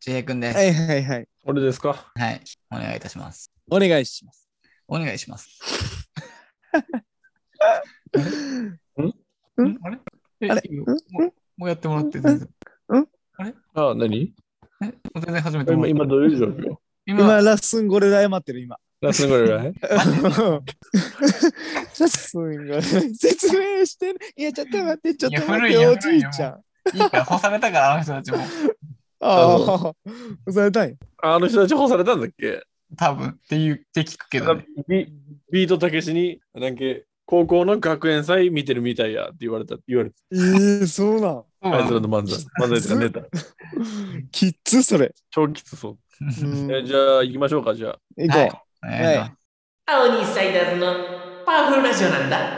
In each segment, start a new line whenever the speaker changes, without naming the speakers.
周平君です。
はいはいはい。
俺ですか
はい。お願いいたします。
お願いします。
お願いします。
ん
あれえ
あれ
いいよ
んん
もうもうやってもらって全然。
あ、何
えもう全然始めても
今、
らって
今どういう状況
今
今、ラッスンゴレで謝ってる、今。
ラスゴレライ
ラッスンゴレ説明してる。いや、ちょっと待って、ちょっと待っ
いや
て、
古いよ
おじいちゃん。
いいから干されたから、あの人たちも。
あ
あ
あ、嘘れたい。
あの人たち干されたんだっけ
多分って言って聞くけどね。
ビビートたけしに、なんか、高校の学園祭見てるみたいやって言われた、言われた。
ええ、そうなん。
そう
あ
ない
つらの
の
漫才。漫才っていうかネタ。
キッズ、それ。
超きつそう。
うん
えじゃあ、行きましょうか、じゃあ。
行こう。
お願いします
青にサイダーズのパワフルラジオなんだ。
い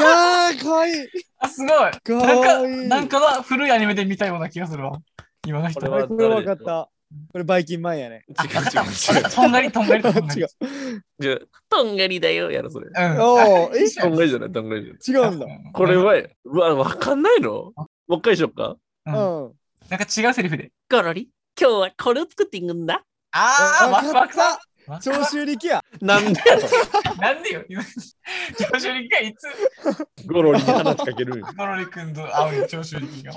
やー、かわいい。
あ、すごい
か
な
わ
ん
い
か、
い。
なんかは古いアニメで見たような気がするわ。今の人。
こ
あれ、これ分かった。これ、バイキンマンやね。
あ、わかった。
違
とんがり、とんがり、
あ
とんがり。
違う。
う違う。違う。とんがりだよ、やろ、それ。
うん
おーえ
とんがりじゃない、とんがりじゃない。
違うんだ。
これは、うわ、わかんないのもう一回しよっか。
う
うんん。
なんか違うセリフで。
ゴロリ、今日はこれを作っていくんだ。
あー、ワクワクさんワクワ
長
ク
州力や。
なんで
なんでよ 長州力がいつ
ゴロリに話しかけるんや
ゴロリ君と青い長州力が。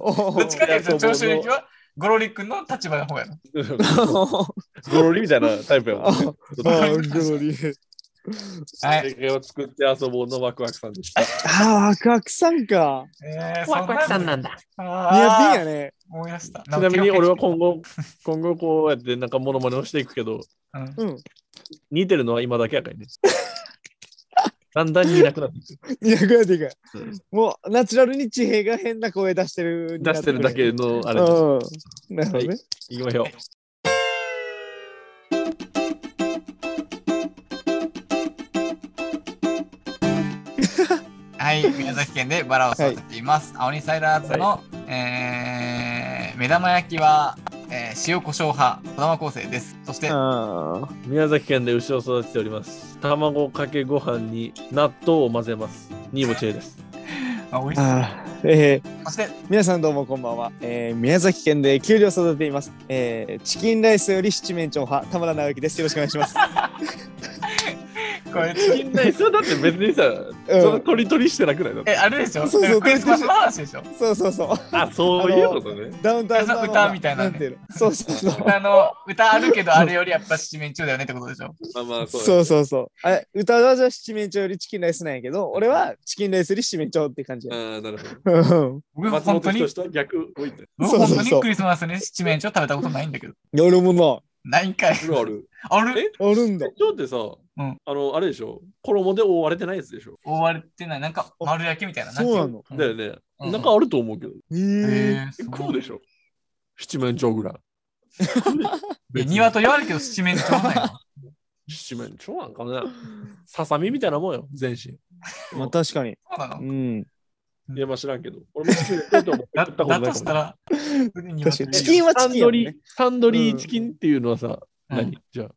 お
どっちかというと長州力
いや
はゴロリ君の立場の方やな。
ゴロリみたいなタイプやもんね。ちょっと
あ
正
あ、料理。
はい。
解を作って遊ぼうのワクワクさんで した。
ああ、ワクワクさんか。
えー、
ワクワクさん
な
なんだ。
ニア
あ
ピ
ー
ンやね。
思い出した。ち
ちなみに俺は今後、 今後こうやってなんかモノマネをしていくけど、
うん
うん。
似てるのは今だけや からね。だんだん似なくなってきて
いや、こうやっていいか
うん。
もう、ナチュラルに地平が変な声出してる。
出してるだ。けのあ
うん
れです。。
なるほどね。
行きましょう。
はい、宮崎県でバラを育てています。青ニサイダーズの、えー目玉焼きは、えー塩コショウ派、小玉構成です。そして、
あ
宮崎県で牛を育てております。卵かけご飯に納豆を混ぜます。にもちえです。
あ美味しそう
あ。えー、
そして、
皆さんどうもこんばんは、えー、宮崎県で給料を育てています、えー、チキンライスより七面鳥派田村直之ですよろしくお願いし ます
これ、
みんな一緒だって別にさ、
うん
そのとりとりしてなくないだって
え、あれでしょ
そうそう
クリスマスの話でしょ
そうそうそう
あ、そういうことね。
ダウンタウンの
あの歌みたいなね
んていうのそうそうそう
歌の、歌あるけど、あれよりやっぱ七面鳥だよねってことでしょ
まあまあそうだね
そうそうそう。あれ、歌はじゃあ七面鳥よりチキンライスなんやけど、俺はチキンライスより七面鳥って感じや。
ああ、なるほど。
うん
僕、
松
本当
本
に
人、志と逆置いて。
僕
そうそうそう
本当にクリスマスに七面鳥食べたことないんだけど。
俺もな、
ないんかい。
あるある。
あれ
え
あるんだ。
今日ってさ、
ん
あの、あれでしょ衣で覆われてないやつでしょ、
覆われてない。なんか丸焼きみたいな。んてい
そうなの
だよね。
うん
なんかあると思うけど。
え
へ
ー、
ーす
こ
ご
う
い
でしょ七面鳥ぐらい。
いや庭と言われるけど、七面鳥はないわ。
七面鳥なんかね。ささみみたいなもんよ、全身。
まあ確かに。
そうなの
うん。
いや、まあ知らんけど。俺も七面鳥と思って
だ
食ったこと
だ
ない
と
か
し
も
たら、
確かに。チ
鶏
キンは
タ
チ
ン
キンや
ド
もん
リー
ね。、
タンドリーチキンっていうのはさ、
うん
何じゃあ、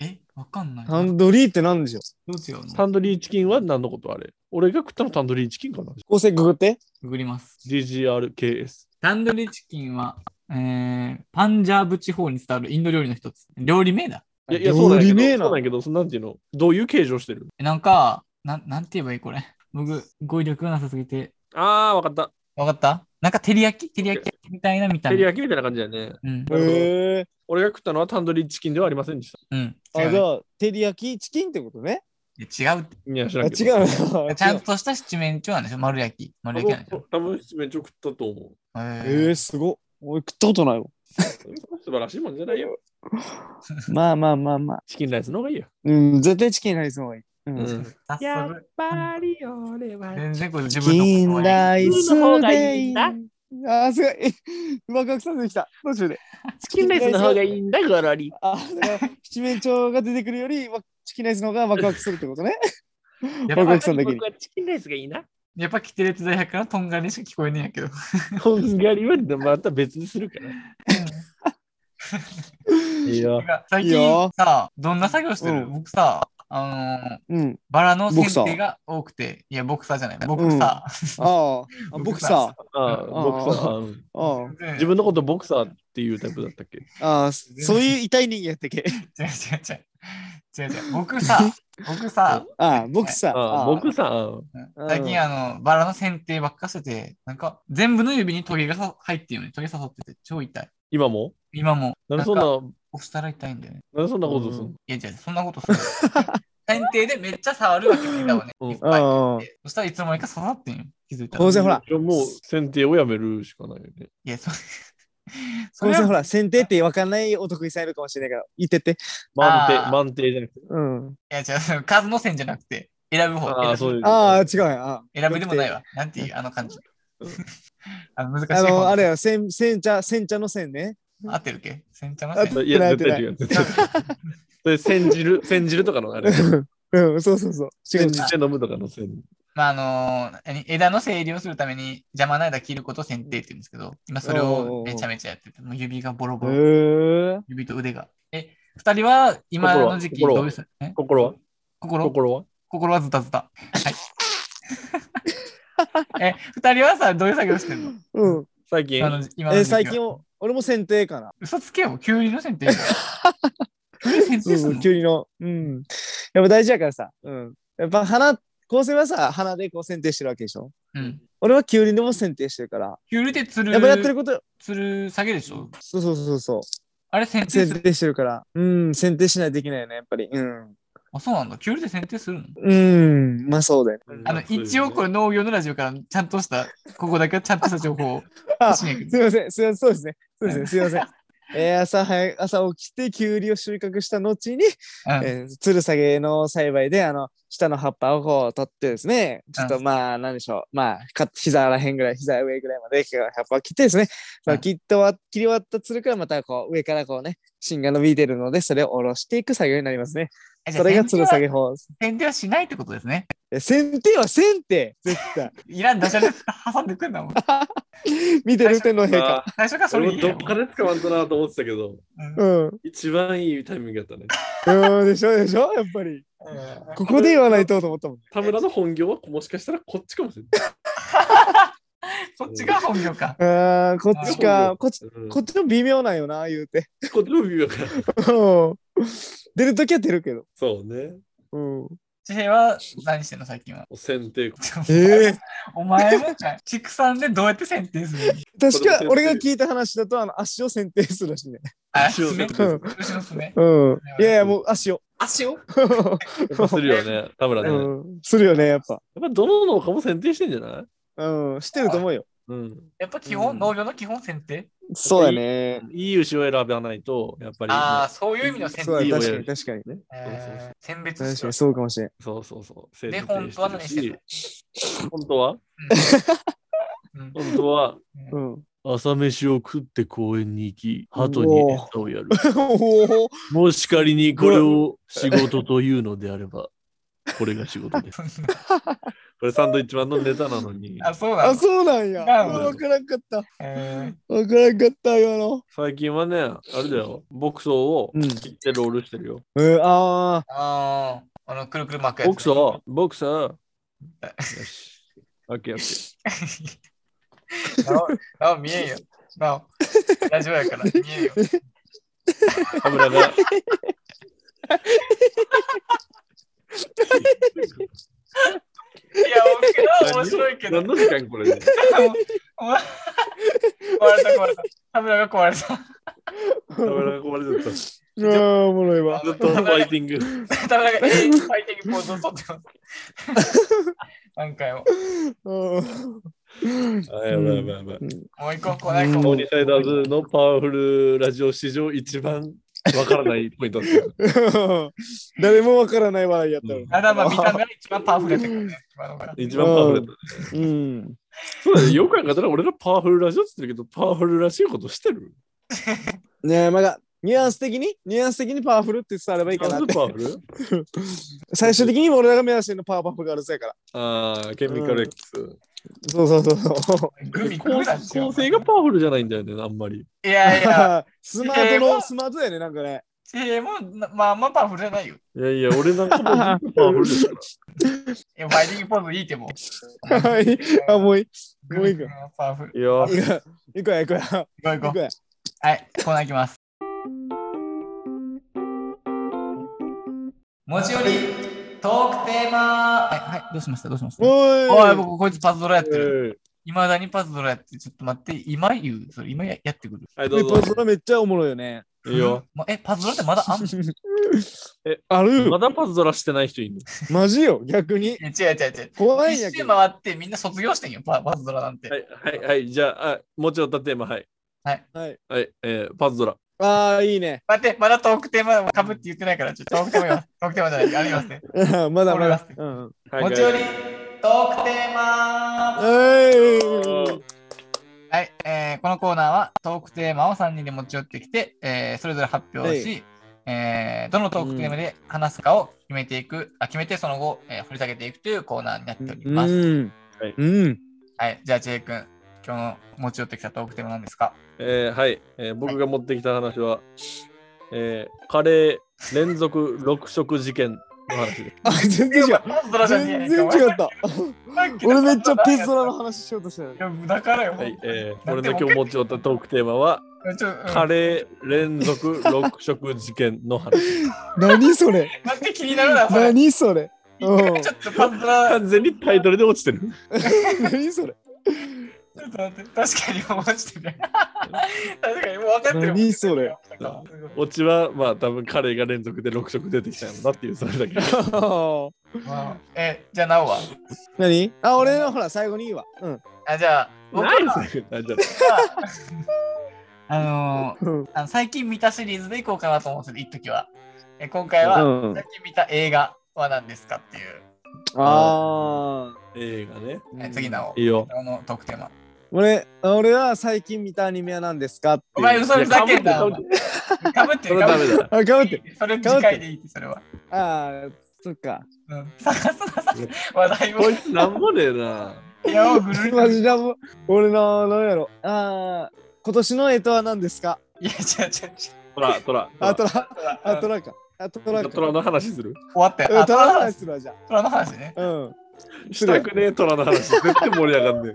え、わかんない。
タンドリーって何でしょう
どうしよう
タンドリーチキンは何のことあれ俺が食ったのタンドリーチキンかな
構成ググって。
ググります。
?DGRKS。
タンドリーチキンは、えー、パンジャーブ地方に伝わるインド料理の一つ。料理名だ。
いや、いやそうなんや
料理名
け
なの
ど、そうなんやけど、そのなんていうのどういう形状してる
えなんか、なん、なんて言えばいいこれ。僕、語彙力がなさすぎて。
ああ、わかった。
わかったなんか照り焼き照り焼きみたいなみた
照
い
り
な。
焼きみたいな感じだよね。
うん。
なるほど
へえ
俺が食ったのはタンドリーチキンではありませんでした。
うん。違
ー。あ、
う
じ
ね
ゃあ、照り焼きチキンってことね。
いや違うって。
いや、知
あ
らんけ
違
ど。
う
う。
な。
ちゃんとした七面鳥なんでしょ丸焼き。丸焼きなんでしょ
多分、七面鳥食ったと思
え
う。
違う。
ー
えー、すごっ。俺食ったことないわ。
素晴らしいもんじゃないよ。
まあまあまあまあ。
チキンライスの方がいいよ。
うん、絶対チキンライスの方がいい。う。
うんん。
早速
ぱり俺は
全然これ自
チ
分の
キンライスでいい。あ
普
ー、すごい。 ワクワクさんできた。途中で。
チキンライスの方がいいんだ、ゴロリ。
あ、だから七面鳥が出てくるより、わチキンライスの方がワクワクするってことね。
や
ワ
っ
ク
ぱ
ワクさんだけに
僕。はチキンライスがいいな。
やっぱキテレツ大学のトンガリしか聞こえねえんやけど。
こんがりはまた別にするから。いや。
最
いいよ
近さ、どんな作業してる、
うん
僕さ、あのー
うん。
バラの
ボク
選
サー
定が多くて、いや、ボクサーじゃない、ボクサ
ああ、ボ
ボ
ク
ク
サ
サ
あーボクサーうん。
ー。あ
ー。で
自分のことボクサーっていうタイプだったっけ
あああ、そういう痛い人間やったっけ
違う違う違う。違う違う。ボクサー、ボクサ
ああ、ボクサー。
ああボクサーうん。
ー、最近あの、バラの剪定ばっかしてて、なんか全部の指にトゲがさ入ってるよね。トゲ刺さってて、超痛い。
今も
今も、
な
な
んで
ん
そんな、
か
なん
押したら痛いんだよね。
でそんなことするの
いや、じゃそんなことする。 剪定でめっちゃ触るわけよ、枝をね。
うん
いっぱい
ああ。
でそしたらいつの間にか刺さってんよ。気づいたら。
当然ほら、
いやもう選定をやめるしかないよね。
いや、そ そ
当
れ
然ほ
は
ら、先手って分かんないお得意さんいるかもしれないから、言ってって。
満
あ
点、
ー
満点じゃなくて。
うん。
いや、違う、数の線じゃなくて、選ぶ方。
ああ、
選
そう
ぶ
いう。
ああ、違うやん。あ
選ぶでもないわ。なんていう、あの感じ
うん。
あの難しい
あ
方。
の、あれよ、せん、せん茶、せん茶のせんね。
合ってるっけ煎茶の
合っ
線
て
いや、
やっ
絶
てな
対
い
違う。絶対違うそれ、煎汁、煎汁とかのあれ。
うん、そうそうそう。違う
煎じて飲むとかの煎。
まああのー何枝の整理をするために邪魔な枝切ることを剪定って言うんですけど、今それをめちゃめちゃやってて、もう指がボロボロ、
違う。へえ。
指と腕が。え、二人は今の時期
心は
どうですえ
心は
心心
心は
はズタズタ。 はい。え、二人はさ、どういう作業してんの
うん。
最近
今の今の時期は
え、最近、俺も剪定かな。
嘘つけよ、キュウリの剪定。キュウリ剪定
そう
す
そ
る
う、
の
きゅうりの。うん。やっぱ大事やからさ。うん。やっぱ花、構成はさ、花でこう剪定してるわけでしょ。
うん。
俺はきゅうりでも剪定してるから。
キュウリでつる、
やっぱやってること、
つる下げでしょ
そうそうそうそう。
あれ剪定す
剪
る。
定してるから。うん、剪定しないといけないよね、やっぱり。うん。
あ、そうなんだ。キュウリで剪定するの
うん、まあそうだよね。
あの、一応これ
れ。
農業のラジオからちゃんとした、ここだけはちゃんとした情 報を
あ、
し
す
なきゃ
いません、すいません、そうですね。そうですね、すいません。えー朝早い朝起きてきゅうりを収穫した後に、
うん
えー、つるさげの栽培であの下の葉っぱをこう取ってですねちょっとまあ何でしょうまあか膝らへんぐらい膝上ぐらいまで葉っぱを切ってですね、まあ、
うん
切って終わ切り終わったつるからまたこう上からこうね芯が伸びてるのでそれを下ろしていく作業になりますね
えじゃ
そ
あ
れがつるさげ
剪定は
法です
剪定はしないってことですね。
え剪定は剪定絶対
いらんダジャレ挟んでくんだもん。
見てる天皇陛
あ
下
最初からそ
俺
れ
も
言えよ
どっから使わんとなと思ってたけど、
うん
うん、
一番いいタイミングやったね。
うん、でしょでしょやっぱりここで言わないとと思ったもん
田村の本業はもしかしたらこっちかもしれない。
そっちが本業か。
あーこっちかこっち
うん
こっちも微妙なんよな言うて
こっちの微妙から。
うん出るときは出るけど。
そうね。
うん、
地平は何してんの最近は。
選定。
ええ
お前もかい。畜産でどうやって剪定す るの
確か俺が聞いた話だとあの足を剪定するらしいね。
あ、
足を
爪。
剪
牛
定
うん
の爪。
うん。いやいやもう足を。
足を
やっぱするよね、田村ね。やっ
うん、するよねやっぱ。
ぱどの農家も選定してんじゃない
うん、してると思うよ。
うん。
やっぱ基本、
うん
農業の基本剪定
そうやね。
いい牛を選ばないと、やっぱりね、
ああ、そういう意味の剪
そう
定
や
を
確かに確かに。
えー選別
確
し
か
ろ
にそうかもしれん。
そうそうそう。
で、
選定
本当は何してる
し本当は
の、うん
本当は
うん
朝飯を食って公園に行き、鳩
う
に
おー
餌をやる。
おお。
もし仮にこれを仕事というのであれば、これが仕事です。 これサンドイッチマンのネタなのに、
あ、そうな
あ
の、
そうなんや。
なるほど
わからんかった。
え
わからんかった今の。
最近はね、あれだよ、牧草を
うん。
切ってロールしてるよ。
うん、あ
ー、
あ。
あーあの、くるくる巻くやつ、
ボクサー、ボクサー。よし。オッケーオッケー。
なお、なお見えんよ。なお、大丈夫やから、見えんよ。
田村が。
いや、僕らは面白いけど、
何の時間こ れで。
お前壊れた、壊れた。カメラが壊れた。
田村が壊れちゃった。
ああ、おもろいわ。
ずっとファイティング。
カメラが永遠にファイティングポーズを取ってます。何回も。
うん。
あ、やばいやばいやばい。
もう一個、こう、ない
オ
こ
ニサイダーズのパワフルラジオ史上一番わからないポイントだったよ。
誰もわからない笑いやったの。
あだまあ見た目が一番パワフルやったからね。今のが
一番パワフルだった。
うん。
そうだね。よく考えたら俺らパワフルラジオって言ってるけど、パワフルらしいことしてる
ねえ、まだニュアンス的に、ニュアンス的にパワフルって伝わればいいかな
なん
っ
で
て
パ。ワフル
最終的に俺らが目指してるのパワーパフがあるせやから。
ああ、ケミカル X。
そうそうそう そ
グミ、グ
構
ミなん
成
ですよ
構成がパワフルじゃないんだよね、あんまり。
いやいや。
う。スマートの、スマートだよね、なんかね。
えー、もうな、まあ、まあ、パワフルじゃないよ。
いやいや、俺なんかもうずっとパワフルですから。
え、ファイティングポーズいいっても。
はい。あ、もういい。もういいか
パワフル。
いや
いくよいくよいくよ。
いこうい
い
こ
く
う。
よ。
はい、コーナーいきます。持ち寄りトークテーマはい、はい、どうしましたどうしましたおい、
おい。
僕、こいつパズドラやってる。
ー、
いまだにパズドラやってる、ちょっと待って、今言う、それ今ややってくる。
はい、ど
え
う
パズド
ぞ。
ラめっちゃおもろいよね。
いいよ。
ま、え、パズドラってまだ あん
え、ある
まだパズドラしてない人いるの
マジよ、逆に。
え違う違う違う。
怖いんや
一
け
周
ど。
回ってみんな卒業してんよ、パパズドラなんて。
はい、はい、はい。じゃあ、あもうちょっとテーマ、はい。
はい。
はい、えー、パズドラ。
ああ、いいね。
待って、まだトークテーマかぶって言ってないから、ちょっとトークテーマよ。トークテーマじゃない、ありますね。
まだまだ。
俺
うん。
はい
持ち寄りトークテーマ
はい。
はい、えーこのコーナーはトークテーマを3人で持ち寄ってきて、えーそれぞれ発表し、えーどのトークテーマで話すかを決めていく、あ決めてその後、えー掘り下げていくというコーナーになっており
う
ます。
ん
はい。
うん。
はい、じゃあ J 君、今日の持ち寄ってきたトークテーマなんですか
えー、はい、えー僕が持ってきた話は、えー、カレー連続6食事件の話です。
あ、全然違う。
パズドラじゃねえ
全然違 った。
さきの
俺めっちゃピストラの
い
話しようとしてる。
や、だからよ、
はい、えー、
だっ
俺
て
の今日持ち寄ったトークテーマは、
ちょっと、うん
カレー連続6食事件の話。
何それ
なんて気になるな、それ。
何それ
一回ちょっとパズドラ、
完全にタイトルで落ちてる。
何それ
ちょっと待って、確かに思いしてる。 確かに、もう分かってる。
何それ。
オチは、まあ、多分カレーが連続で6食出てきたんだっていう、それ だけ。
まあえ、じゃあ、なおは。
何あ、俺のほら、最後にいいわ。うん。
あ、じゃあ、僕は
何それあじゃ
あのー
うん
あの最近見たシリーズでいこうかなと思ってて、一時は。え今回は、
うん
最近見た映画は何ですかっていう。
あ
あ映画ね。
ー
え次な。お。
いいよ。
あの特典は。
俺、俺は最近見たアニメは何ですかっていう
お前、嘘ふざけんな。
か
お
ぶって
前かぶって
そ
る、
れ
かぶっ
ダメ
て
だ。
あ、かぶって。
る。それ、次回でいいって、それは。
あー、そっか。
うん。 探すな、探すな話題
こ
を
い。つなんもねえな。
部屋をぐるり
マジだもん。俺の、何やろ。あー、今年の干支は何ですか
いや、違う違う違う。
トラ、トラ。
あ、トラ、あ、
終
トラか。あ、トラか。
トラの話する
わった
う
よ。
ん
あ
ト
ト
ラ
ラ
の
の
話
話。
するわ、じゃ
トラの話ね。
あ。うん。
したくねえ、トラの話。絶対盛り上がんね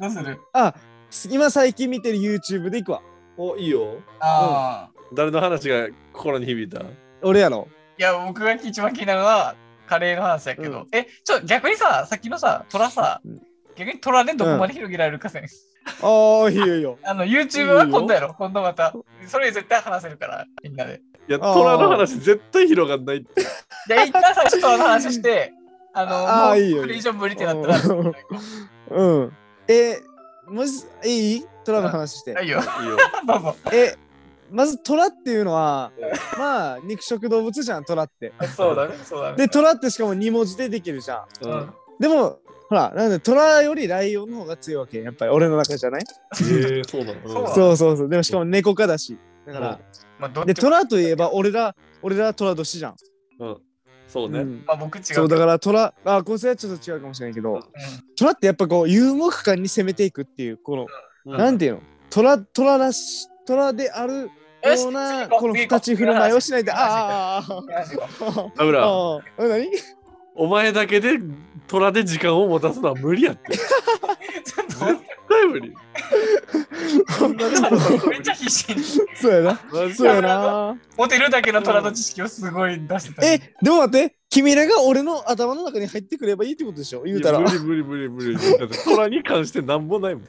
どうする
あ、す今最近見てる YouTube でいくわ。
え。お、いいよ。
ああ。
誰の話が心に響いた
俺やろ。
いや、僕が一番気になるのは、カレーの話やけど。
う
え、ちょ、逆にさ、さっきのさ、トラさ
うん、
逆にトラね、どこまで広げられるかせん。
ああ、いいよいいよ。
あの、YouTube は今度やろ、今度また。それ絶対話せるから、みんなで。
いや、
あー
トラの話絶対広がんないって。
じゃあ、一旦最初トラの話して、あの、
あー
もう
いいよ
これ以上無理ってなったら、
うんうん。えー、もし、いいトラの話して
は。いよ、
いいよ。
どうぞ。
え、まずトラっていうのは、まあ、肉食動物じゃん、トラって。
そうだね、そうだね。
で、トラってしかも2文字でできるじゃん。
う
うんん、
でも、ほら、なんでトラよりライオンの方が強いわけ。やっぱり俺の中じゃない
ええ、そうなの
そうなの
そうそうそう。でもしかも猫科だし。だから、
まあ、どっ
で、
ちも
ト、ラといえば俺ら、俺らトラ年じゃん。
うん。そう
う
ね。
ん
まあ、僕違う。
そうだからトラ、あ、これはちょっと違うかもしれないけど、トラってやっぱこう遊牧感に攻めていくっていう、この、
うん
なんていうの、トラ、トラらし、トラである
よし
ような、
次行こう
この
次行こう
立ち振る舞いをしないで、
次行こう
あーあー、
うん
あーあー、
田村、
あー、なに
お前だけでトラで時間を持たすのは無理やって。
ちょっと待っ
絶
て、
対無理。そんなトラの話無
めっ
理
ちゃ必死に。
そうやな。
マジ
そうやな。
モテるだけの虎の知識をすごい出してた。
え、でも待って、君らが俺の頭の中に入ってくればいいってことでしょ言うたら。
いや無理無理無理無 理。だってトラに関してなんもないもん。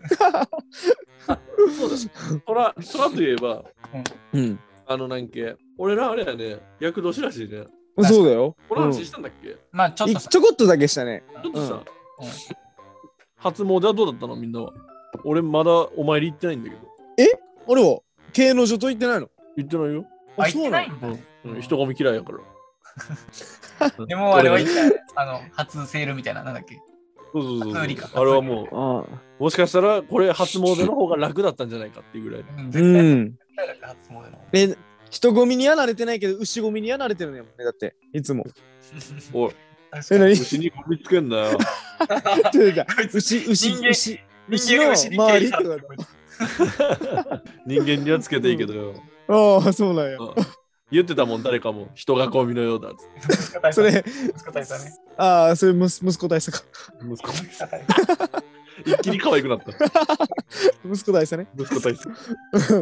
トラ、トラといえば、
うん。
あのなんけ、俺らあれやね、役年らしいね。
そうだよ。
この話したんだっけ、ち
まあちょっ
い
とさ
ちょこっとだけしたね。
ょっとさ、
うんうん
初詣はどうだったのみんなは。俺まだお参り行ってないんだけど。
俺は、経営の女と言ってないの。
行ってないよ。
あ、行ってないんだ。
うん、人混み嫌いやから。
でもあれは行ったよあの、初セールみたいな、なんだっけ。
そうそうそうそう
初売りか
あれはもう、
ああ。
もしかしたらこれ初詣の方が楽だったんじゃないかっていうぐ らい。
うん、
う
絶対
ん。
だから初詣の。
え、人混みには慣れてないけど、牛混みには慣れてるねもんね。だって、い つも。
おい、
確か
え、
に
なに
牛にゴミつけんなよ。
違う違う
こいつ
牛、牛、
人間
牛、
人間が
の
牛に蹴
周り
り
ってこ
した
人間にはつけていいけどよ。
ああ、そうなんや。
言ってたもん、誰かも。人がゴミのようだっつって。
息子大佐
それ、
息子大佐ね。
ああ、それむす息子大佐か。
息子
息子大佐
一気に可愛くなった。
息子大佐ね。
息子大佐。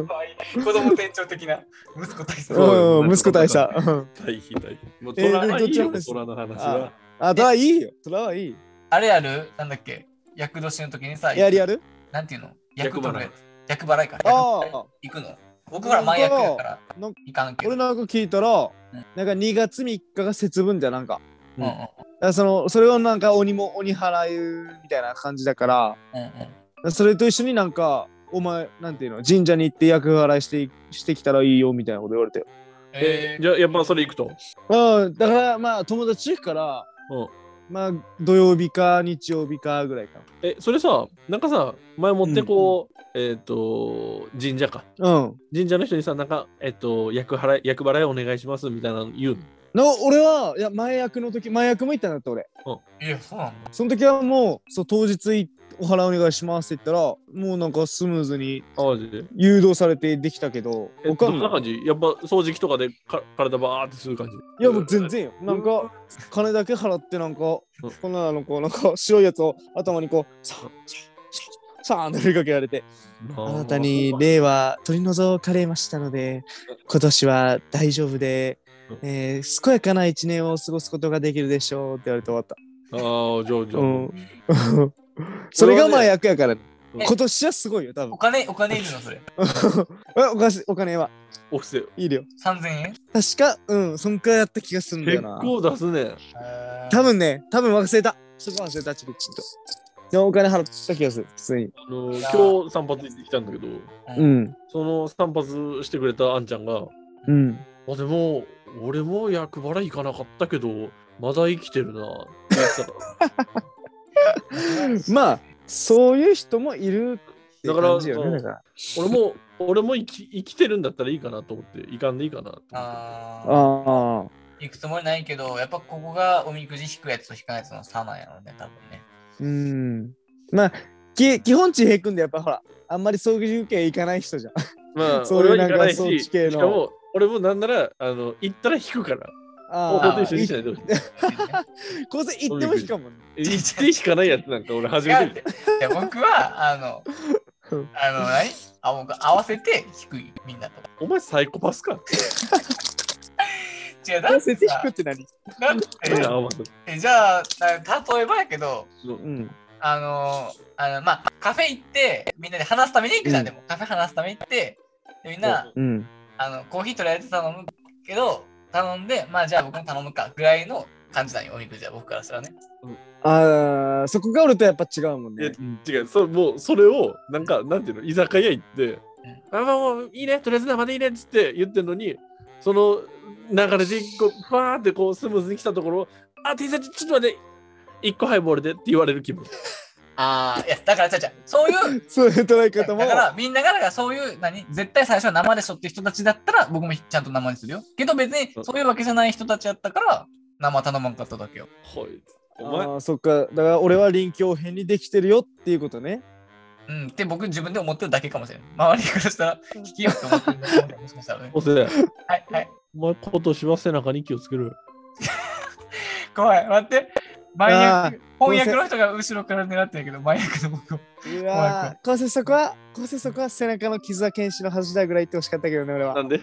可愛い子供店長的な息子大佐。
そ
う
う
ん、息子大佐。うん
大悲大悲。もう
えー
虎はいい
どっ
よ、
ちです
虎の話は。
あ、だ、いいよ。トラはいい。
あれやるなんだっけ役年の時にさ、
やりやる
なんていうの
役
役
払い
取るやつ。役払いか。
あ
役払い
あ、
行くの僕ら前役やから
なんか、
行かんけど。
俺なんか聞いたら
ん、
なんか2月3日が節分じゃなんか。
うんうんうん
だからそのそれをなんか鬼も鬼払うみたいな感じだから
うん
それと一緒になんかお前なんていうの神社に行って役払いしてしてきたらいいよみたいなこと言われて
えー
じゃあ、やっぱそれ行くと。
うんだからまあ友達行くから
うん
まあ土曜日か日曜日かぐらいか
え、それさ、なんかさ、前もってこう、えっと、神社か。
なうん
神社の人にさ、なんか、えっと、役払い、役払いお願いしますみたいなの言うの。
の俺はいや前役の時前役も行ったんだって俺
いや、そうなんだ。
その時はもうそう当日いお払いお願いしますって言ったらもうなんかスムーズに
あ、マジで。
誘導されてできたけど
え
わか
ど
ん
ん
な
ない感じやっぱ掃除機とかでか体バーってする感じ
いやもう全然よ。なんか金だけ払ってなんかこ
うん
んなのこうなんか白いやつを頭にこうさんさんって振りかけられてあなたに霊は取り除かれましたので今年は大丈夫で、えー、健やかな一年を過ごすことができるでしょうって言われて終わった。
ああ上手、
う
うん、
ん、 それがまあ役やからね、
うん
今年はすごいよ多分
お金、お金いるのそれ。
えおかしお金は
お布施
いるよ
3000円
確かうんそんくらいやった気がするんだよ
結
な
構出すね
多分ね、多分忘れた。そこ忘れた、ちょっと。ちょっとでもお金払った気がする、普通に。
あの
いやー
今日散髪行ってきたんだけど
うん。
その散髪してくれたあんちゃんが
うん。
あでも俺も役払い行かなかったけどまだ生きてるなって言ってたから
まあ、そういう人もいるって
だから
感じよね。だから
俺も俺も生き生きてるんだったらいいかなと思って行かんでいいかなと思っ
ああ。
ああ。
行くつもりないけど、やっぱここがおみくじ引くやつと引かないやつの差なんやろうね、多分 ね。
うん。まあ、き基本地平君でやっぱほら、あんまりそういう系行かない人じゃん。
てまあ
そういう
俺は行かな
な
い
んかそっ
し
ち系の
しかも俺もなんならあの行ったら引くから方
あ
向
あ。
転
い
身しないでほしい
こうせ行ってもいいかもね。
行って引かないやつなんか俺初
違
め
う
て
って。いや、僕は、あの、あの、何あ、僕、合わせて低い、みんなと。
お前サイコパスか。
違う、だ
関
っ
節
て
引
さ
くっ、て何
だっ
いや
て、
あまあ
えじゃあ、た例えばやけど、
うん。
あのあの、まあ、カフェ行って、みんなで話すために行くじゃん、
うん
でも。カフェ話すために行って、でみんな、
うん。
あの、コーヒーとりあえず頼むけど、頼んで、まあ、じゃあ僕も頼むか、ぐらいの感じなんよ、おみくじは、僕からしたらね。
ああ、そこが俺とやっぱ違うもん
い
ね
や。違う、そうもうそれを、なんか、なんていうの、居酒屋行って、あ、まあ、もういいね、とりあえず生でいいねっつって言ってんのに、その流れで、こう、ふわーってこう、スムーズに来たところ、あ、店員さん、ちょちょっと待って、一個ハイボールでって言われる気分。
ああ、いや、だから、ちゃうちゃう、そういう、
そういう捉え
だ
方も。
から、みんなが、だからそういう、何絶対最初は生でしょって人たちだったら、僕もちゃんと生にするよ。けど別に、そういうわけじゃない人たちやったから、生頼まんかっただけよ。
ほいお前、
ああ、そっか。だから俺は臨機応変にできてるよっていうことね。
うん、って僕自分で思ってるだけかもしれない。周りからしたら、聞きようと思ってるだけかもしれ ない。
おせ、
はい、はい。
お前、今年は背中に気をつける。
怖い、待って。前
あ
役、翻訳の人が後ろから狙ってるけど、前役の僕を。
うわー、こうせそこは、こうせそこは背中の傷は剣士の端だぐらい言ってほしかったけどね、俺
な
は。
んで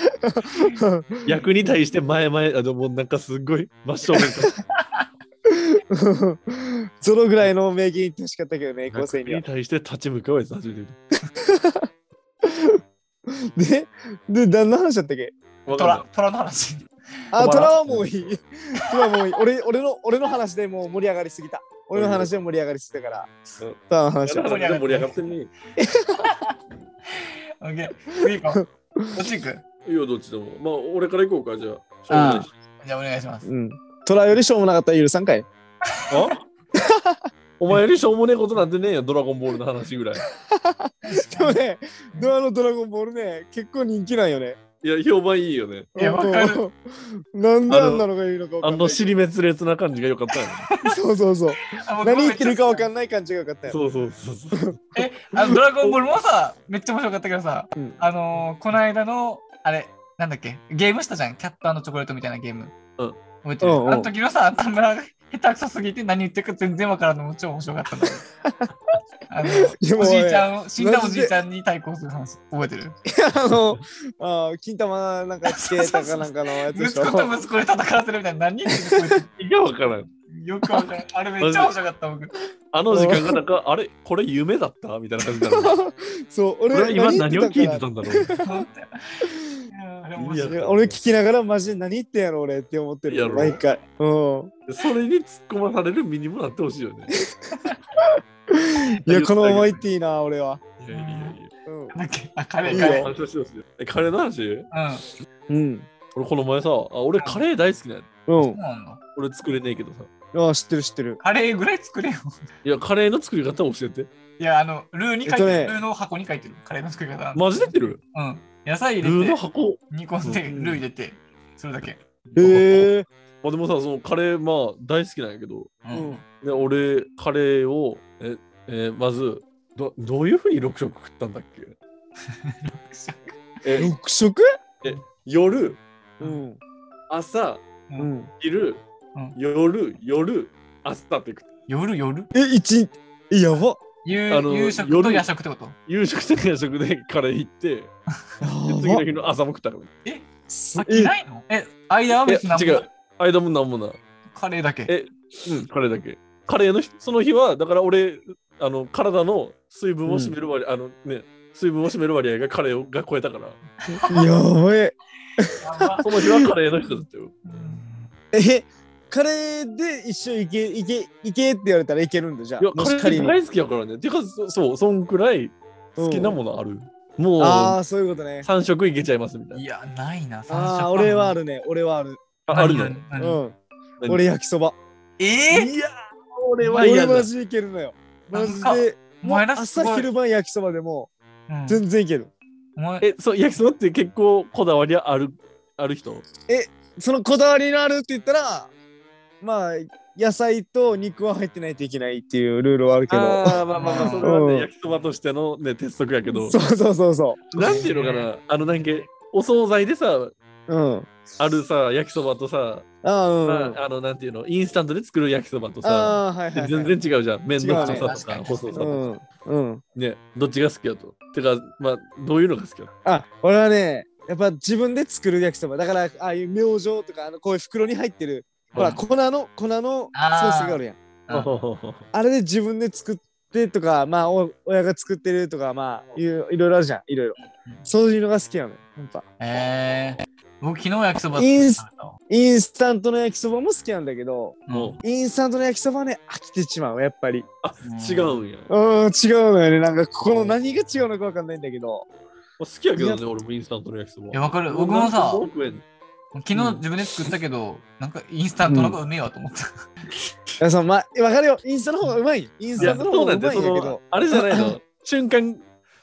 役に対して前々、あの、もうなんかすっごい真正面から。
ゾロぐらいの名言言ってほしかったけどね、構成
役
には
に。対して立ち向かうやつ初めて見た。
で、で、何の話だったっけ
わかんない
虎、虎の話。
あ、
止まらん
トラはもういい。トラもういい。俺、俺の、俺の話でもう盛り上がりすぎた。俺の話で盛り上がりすぎたから。
うん
トラの話は。
盛り上がって
盛り上がってんね。い
オッケー。次行こう。こっち行く
いよ、どっちでも。まあ、俺から行こうか、じゃ
あ
あ。
じゃあお願いし ます。
うん。トラよりしょうもなかったら許さんかい。
あ お前よりしょうもねえことなんてねえよ、ドラゴンボールの話ぐらい。
でもね、ドアのドラゴンボールね、結構人気なんよね。
いや、評判いいよね。
いやわかる
なんであんなのがいいのかわか
あ
んない
の尻滅裂な感じが良かったよね。
そうそうそう。
あ
何言ってるかわか
ない。
んない感じがよかったよ。
そうそうそう そう。
え、あのドラゴンボールもさ、めっちゃ面白かったけどさ、
うん
あのー、この間の、あれ、なんだっけ、ゲームしたじゃん、キャットのチョコレートみたいなゲーム。
うん
覚えてる。
うんうん
あの時のさ、田村が下手くそすぎて何言ってるか全然わからんのも超面白かっ たんだよあの
いやも
お
う
じい
ね
ちゃんを、死んだお
マジ
じ
で
いちゃんに対抗する話、覚えてる
あの、あー金玉なんかつけたかなんかのやつで
息
しょ。
子と息子で戦わせるみたいな、何言ってるか 覚えて
意味がわからん。
るよくわからん。あれめっちゃ面白かった、僕。
あの時間がなんか、あれこれ夢だったみたいな感じだな。
そう、
俺は
俺、
今何を聞いて
か
たんだろう。
本当やいやあれ面白い
いや俺聞きながらマジで何言ってんやろ俺って思って
や
る。
ろ
毎回。うん。
それに突っ込まされる身にもなってほしいよね。
いや、このまま言っていいな、俺は。
いやいやいやいや。
うん
なんだっけあ、カレ
い
ー
い
カ
よ
レー。
話してほしいよえ、カレーの話
うん。
うん。
俺この前さ、あ俺カレー大好きなんや
う。
そうんなの
俺作れねえけどさ。
ああ、知ってる知ってる。
カレーぐらい作れよ。
いや、カレーの作り方教えて。
いや、あの、ルーに書いてる、
えっとね
ルーの箱に書いてる。カレーの作り方。
マジで言ってる
うん。野菜
ル
入
ー
れ
の
て、
箱。
煮込んで、
うん
ルー入れて、それだけ。
へえ。
まあでもさ、そのカレー、まあ大好きなんやけど、
う。
うんん。
で俺、カレーを、え、えーまずど、どういうふうに6食食ったんだっ けえ、
6色
夜、
うん。
朝、
うん。
昼、
うん
夜、夜、朝って食って
夜、夜
え、一日。え、やば。
夕
あの
夕食と
夜
夜食ってこと
夕食と夜食でカレー行って、で次
や
の
ば
日の朝も食ったから。
す
飽き
え
ないのえ、間は別に何
え、違
も
う。間もなんもない。
カレーだけ。
えうん、カレーだけ。カレーの日その日は、だから俺、あの体の水分を占める割合、あのね、水分を占める割合がカレーをが超えたから、
やばえ。
やば
その日はカレーの人だったよ。
うん
え、カレーで一緒いけ、いけ、いけって言われたらいけるんだ、じゃ
いや
あ。、もし
カ
仮
レー
に。
大好きやからね。てか、そそう、そんくらい好きなものある。もう
ああ、そういうことね。
3食いけちゃいますみたい
い
な。
や、ないな、三
ああ、
食
俺はあ。るね。俺はある。
あ
何
あるね。。
う
何
ん。
何
俺焼きそば。
え
いやー、俺は
俺
嫌だ
マ。ジいけるのよ。マジ
なん
で。
お前らすご
朝
い
昼晩焼きそばでも
ぇ
全然いける。
お前、
え、そう、焼きそばって結構こだわりあるある人
そのこだわりのあるって言ったら、まあ、野菜と肉は入ってないといけないっていうルールはあるけど。
あーまあまあまあ、それは
う
ね、
ん。
焼きそばとしてのね、鉄則やけど
そうそうそうそ
なんていうのかな、あのなんか、お惣菜でさ、
う。うん。
あるさ、焼きそばとさ、
ああ、うん。
まあ、あのなんていうの、インスタントで作る焼きそばとさ、
ああー、はいはい、はい。
全然違うじゃん。麺の
違うね
太
確
さ
か
と
に
か、細さ
う
と
ん。
か。
うん。
ね、どっちが好きやと。てか、まあ、どういうのが好きや
あ、俺はね、やっぱ自分で作る焼きそば。だから、ああいう明星とか、あのこういう袋に入ってる、ほら、
うん
粉の、粉のソースがあるやん。
あ
あれで自分で作ってとか、まあ、お親が作ってるとか、まあ、いういろいろあるじゃん、いろいろ
うん。
そういうのが好きなのよ、やっぱ。
えー、僕、昨日焼きそば
インス
作ったの
インスタントの焼きそばも好きなんだけど、
も
インスタントの焼きそばはね、飽きてしまう、やっぱり。
違うんや。
う
ま
ん、違うのよね。なんか、ここの何が違うのかわかんないんだけど。
あ好きやけどね、俺もインスタントの焼きそば。
いや、わかる。僕もさ、
僕やね
昨日自分で作ったけど、なんかインスタントの方がうめえわと思った。
いや、その、まあ、わかるよ。インスタの方がうまいよ。イン
い
スタ
や、
ントの方
そう
が
な
うん
で、
まいん
そ
だけ
の
ど。、
あれじゃないの、瞬間、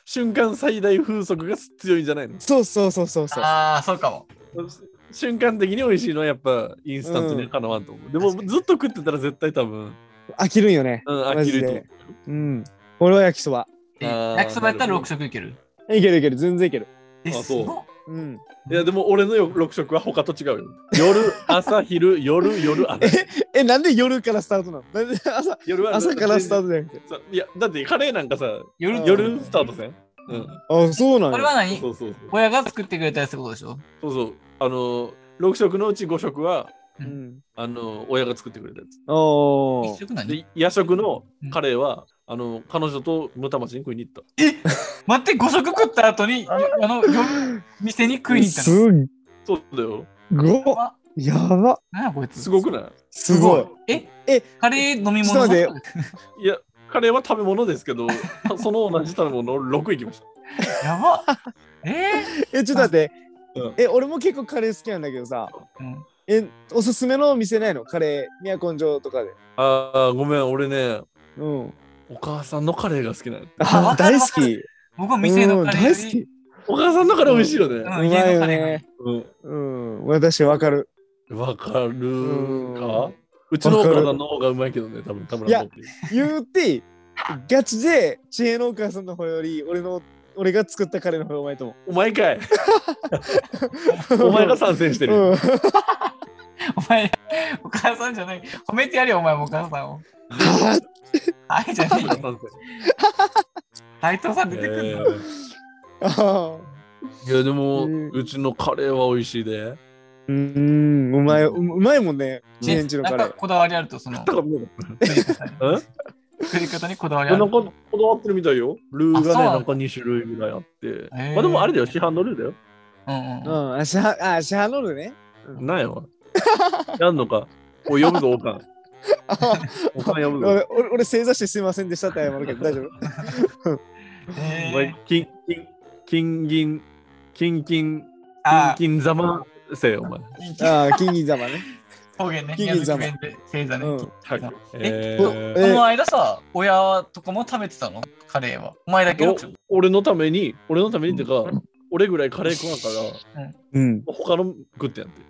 瞬間最大風速が強いんじゃないの
そうそうそうそうそう。
ああ、そうかも。
瞬間的に美味しいのはやっぱインスタントにかなわんと思う。でもずっと食ってたら絶対多分、
飽きるんよね。
うん、
マ
飽き
ジで
ると思う。
うん。俺は焼きそば。
え
あー
焼きそばやった
な
ら
る
6
ほど
食いける。
いけるいける、全然いける。
え、
あ
す
そう
ごっ
うん。
いやでも俺の6食は他と違うよ。 夜、朝、昼、夜、夜、朝。
え、なんで夜からスタートなのなんで 朝
夜は
朝からスター
ト
トじゃなくて。
いや、だってカレーなんかさ、
夜
うん
夜スタートせんうん。
あ、そうな
こ
の
れは何
そうそうそう。
親が作ってくれたやつってことでしょ
そうそう。あの、6食のうち5食は、
うん。
あの、親が作ってくれたやつ。
お
一
ー。
食何
で、夜食のカレーは、あの、彼女と室町に食いに行った。
待って、5食食った後に、あの、夜、店に食いに行った
す
の。
っ
そうだよ。
ごっ
あ
やば
なんやこいつ。
すごくない
すごい。
え
え
カレー飲み
ちょ
物
っと待って
いや、カレーは食べ物です けど、その同じ食べ物を6いきました。
やばえ
え、ちょっと待って
うん。
え、俺も結構カレー好きなんだけどさ。
ーうん
え、おすすめのお店ないのカレー、宮根城とかで。
ああ、ごめん、俺ね、
うん。
お母さんのカレーが好きなの。
あわ
あ、
かる
大
わ
好
かる
き。
僕は店の
うん
カレ
大好
ーより
き。
お母さんだから美味しいよね。
うまいよね。
うん
うん。私わかる。
わかる
う
か
ん
うちのお母さんの方がうまいけどね、多分田村さんって。
言うて、ガチで、知恵のお母さんの方より、俺の、俺が作ったカレーの方がうまいと思
お前か い。
う。
お前が参戦してる。
うん。
お前、お母さんじゃない。褒めてやれよ、お前もお母さんを。はい、じゃ
田
ねえ
村
よ。
さん
斎
参
藤さん出
戦
てく
え
るの。
ー
ああ
いやでも、
うん
うちのカレーは美味しいで。
うん、うまい、ううまいもんね。知恵んちの
な
カ
ん
レ
か
ー。
こだわりあると、その
だからもう、
作り方にこだわりある
なんか。こだわってるみたいよ。ルーがね、
あそう
なんか2種類ぐらいあって。
へー
まあでもあれだよ、市販のルーだよ。
うん
う
うん。
ん、あ、シャあ、シャーノル ね。
なんやわ。やんのか。おい、呼ぶぞ、おかん。おかん呼ぶぞ。
俺、俺正座してすいませんでしたって謝るけど、大丈 夫。
え
お
ー
前、金、金、金銀、金金、金
あ
金ざませよ、お前。
ー、
ああ、金銀様ね。
方言ね。
金
宮
銀
崎
様
弁で星座ね。
うん
はい。
え
え
こ
ー
え
の間さ、親とかも食べてたのカレーは。お前だけの
お俺のために、俺のためにってか、俺ぐらいカレー食わんから、
うん。
他の食ってやって。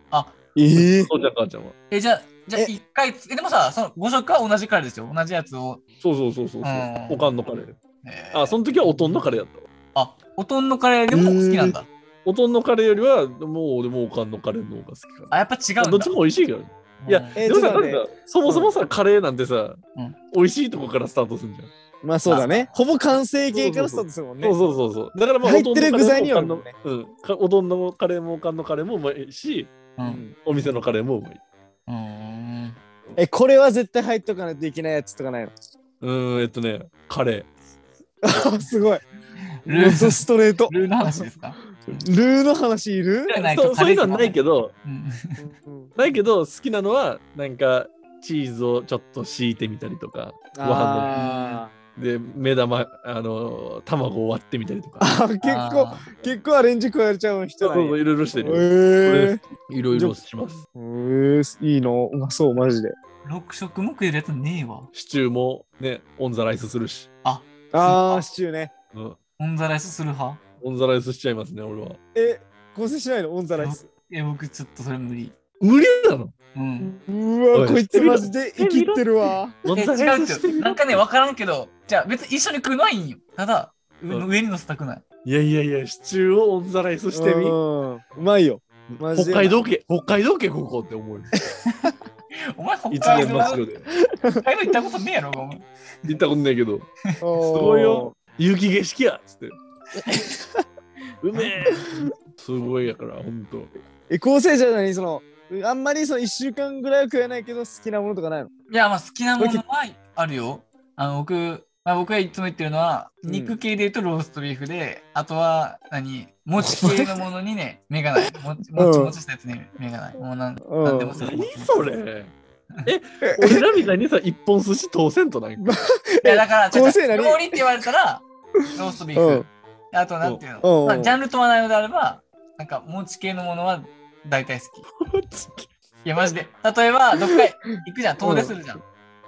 ええ
父ちゃん、母ちゃんは。
え、じゃあ、じゃあ
え
一回、え、でもさ、その5食は同じカレーですよ。同じやつを。
そうそうそうそうそう。
うん
おかんのカレー。
えー
あ、その時はおとんのカレーやったわ。
あ、おとんのカレーでも好きなんだ。
おとんのカレーよりは、もうでもおかんのカレーの方が好きかな。
あ、やっぱ違うんだ。
どっちも美味しいけどね。いや
うん
え
でもさ、
ちょ
な
っと
ん
ね
か、そもそもさ、カレーなんてさ
うん、
美味しいとこからスタートするじゃん。
まあそうだね。ほぼ完成形からスタートするもんね。
そうそうそうそう。だからまあ、
入ってる具材によるもんね
おどんのカレーもおかんのうんかおどんのカレーもおかんのカレーもうまいし、
うん。
お店のカレーもうまい。
うーん。
え、これは絶対入っとかないといけないやつとか ないの。
うーん、えっとね、カレ
あすごい。
ル
ル
ー
ーストレート。
ルーの話ですか
ルーの話いる
じゃない
ー。
と
そう
カ
そう
レ
い
ー
うのはないけど、
うん
うん
ないけど、好きなのは、なんか、チーズをちょっと敷いてみたりとか、ご飯
あ
ので、目玉、あの、卵を割ってみたりとか。
ーあ結構、
あー
結構アレンジ加えちゃう
そ
人
う
なんや
そういろいろして
え
るよ。これ
ー、
いろいろします。
えー、いいのうまそう、マジで。
六食も食えるやつねえわ。
シチューもね、オンザライスするし。
あー、シチューね。
うん、
オンザライスする派
オンザライスしちゃいますね、俺は。
え、構成しないのオンザライス。
え、僕ちょっとそれ無理。
無理なの
うん。
う
お
わ、
い
こいつマジで生きってるわ。
オン
え、
ザ
違
ラ
う
イ
っ
スしててみ
よ。
ろ
なんかね、わからんけど、じゃあ別に一緒に食うのはいいんよ。ただ、う
うん
上に乗せたくない。
いやいやいや、シチューをオンザライスしてみ
う。んうまいよ。マジで
北海道家、北海道家ここって思うよ。
お前、北
一
海
年
道、
の後で。
北海道行ったことねえやろ、お前。
行ったことないけど、
す
すごいよ。。雪景色やっ つって。うめえすごいやから、ほんと。
え、構成じゃないその、あんまりその1週間ぐらいは食えないけど好きなものとかないの
いや、まあ好きなものはあるよ。あの、僕、まあ、僕がいつも言ってるのは、
うん
肉系で言うとローストビーフで、あとは、何、餅系のものにね、 目がない。もちもちもちしたやつに目がない。もうなん、
う
なん
ん
でもする。
何それえ、俺らみたいにさ、一本寿司通せんと ない
いや、だから、ちょっ
構
と
成何
料理って言われたら、ローストビーフ。
うん
あと、なんていう
うんう
の、
ん
まあ、ジャンル問わないのであれば、なんか、餅系のものは大体好き。いや、マジで。例えば、どっか行くじゃん、遠出するじゃん。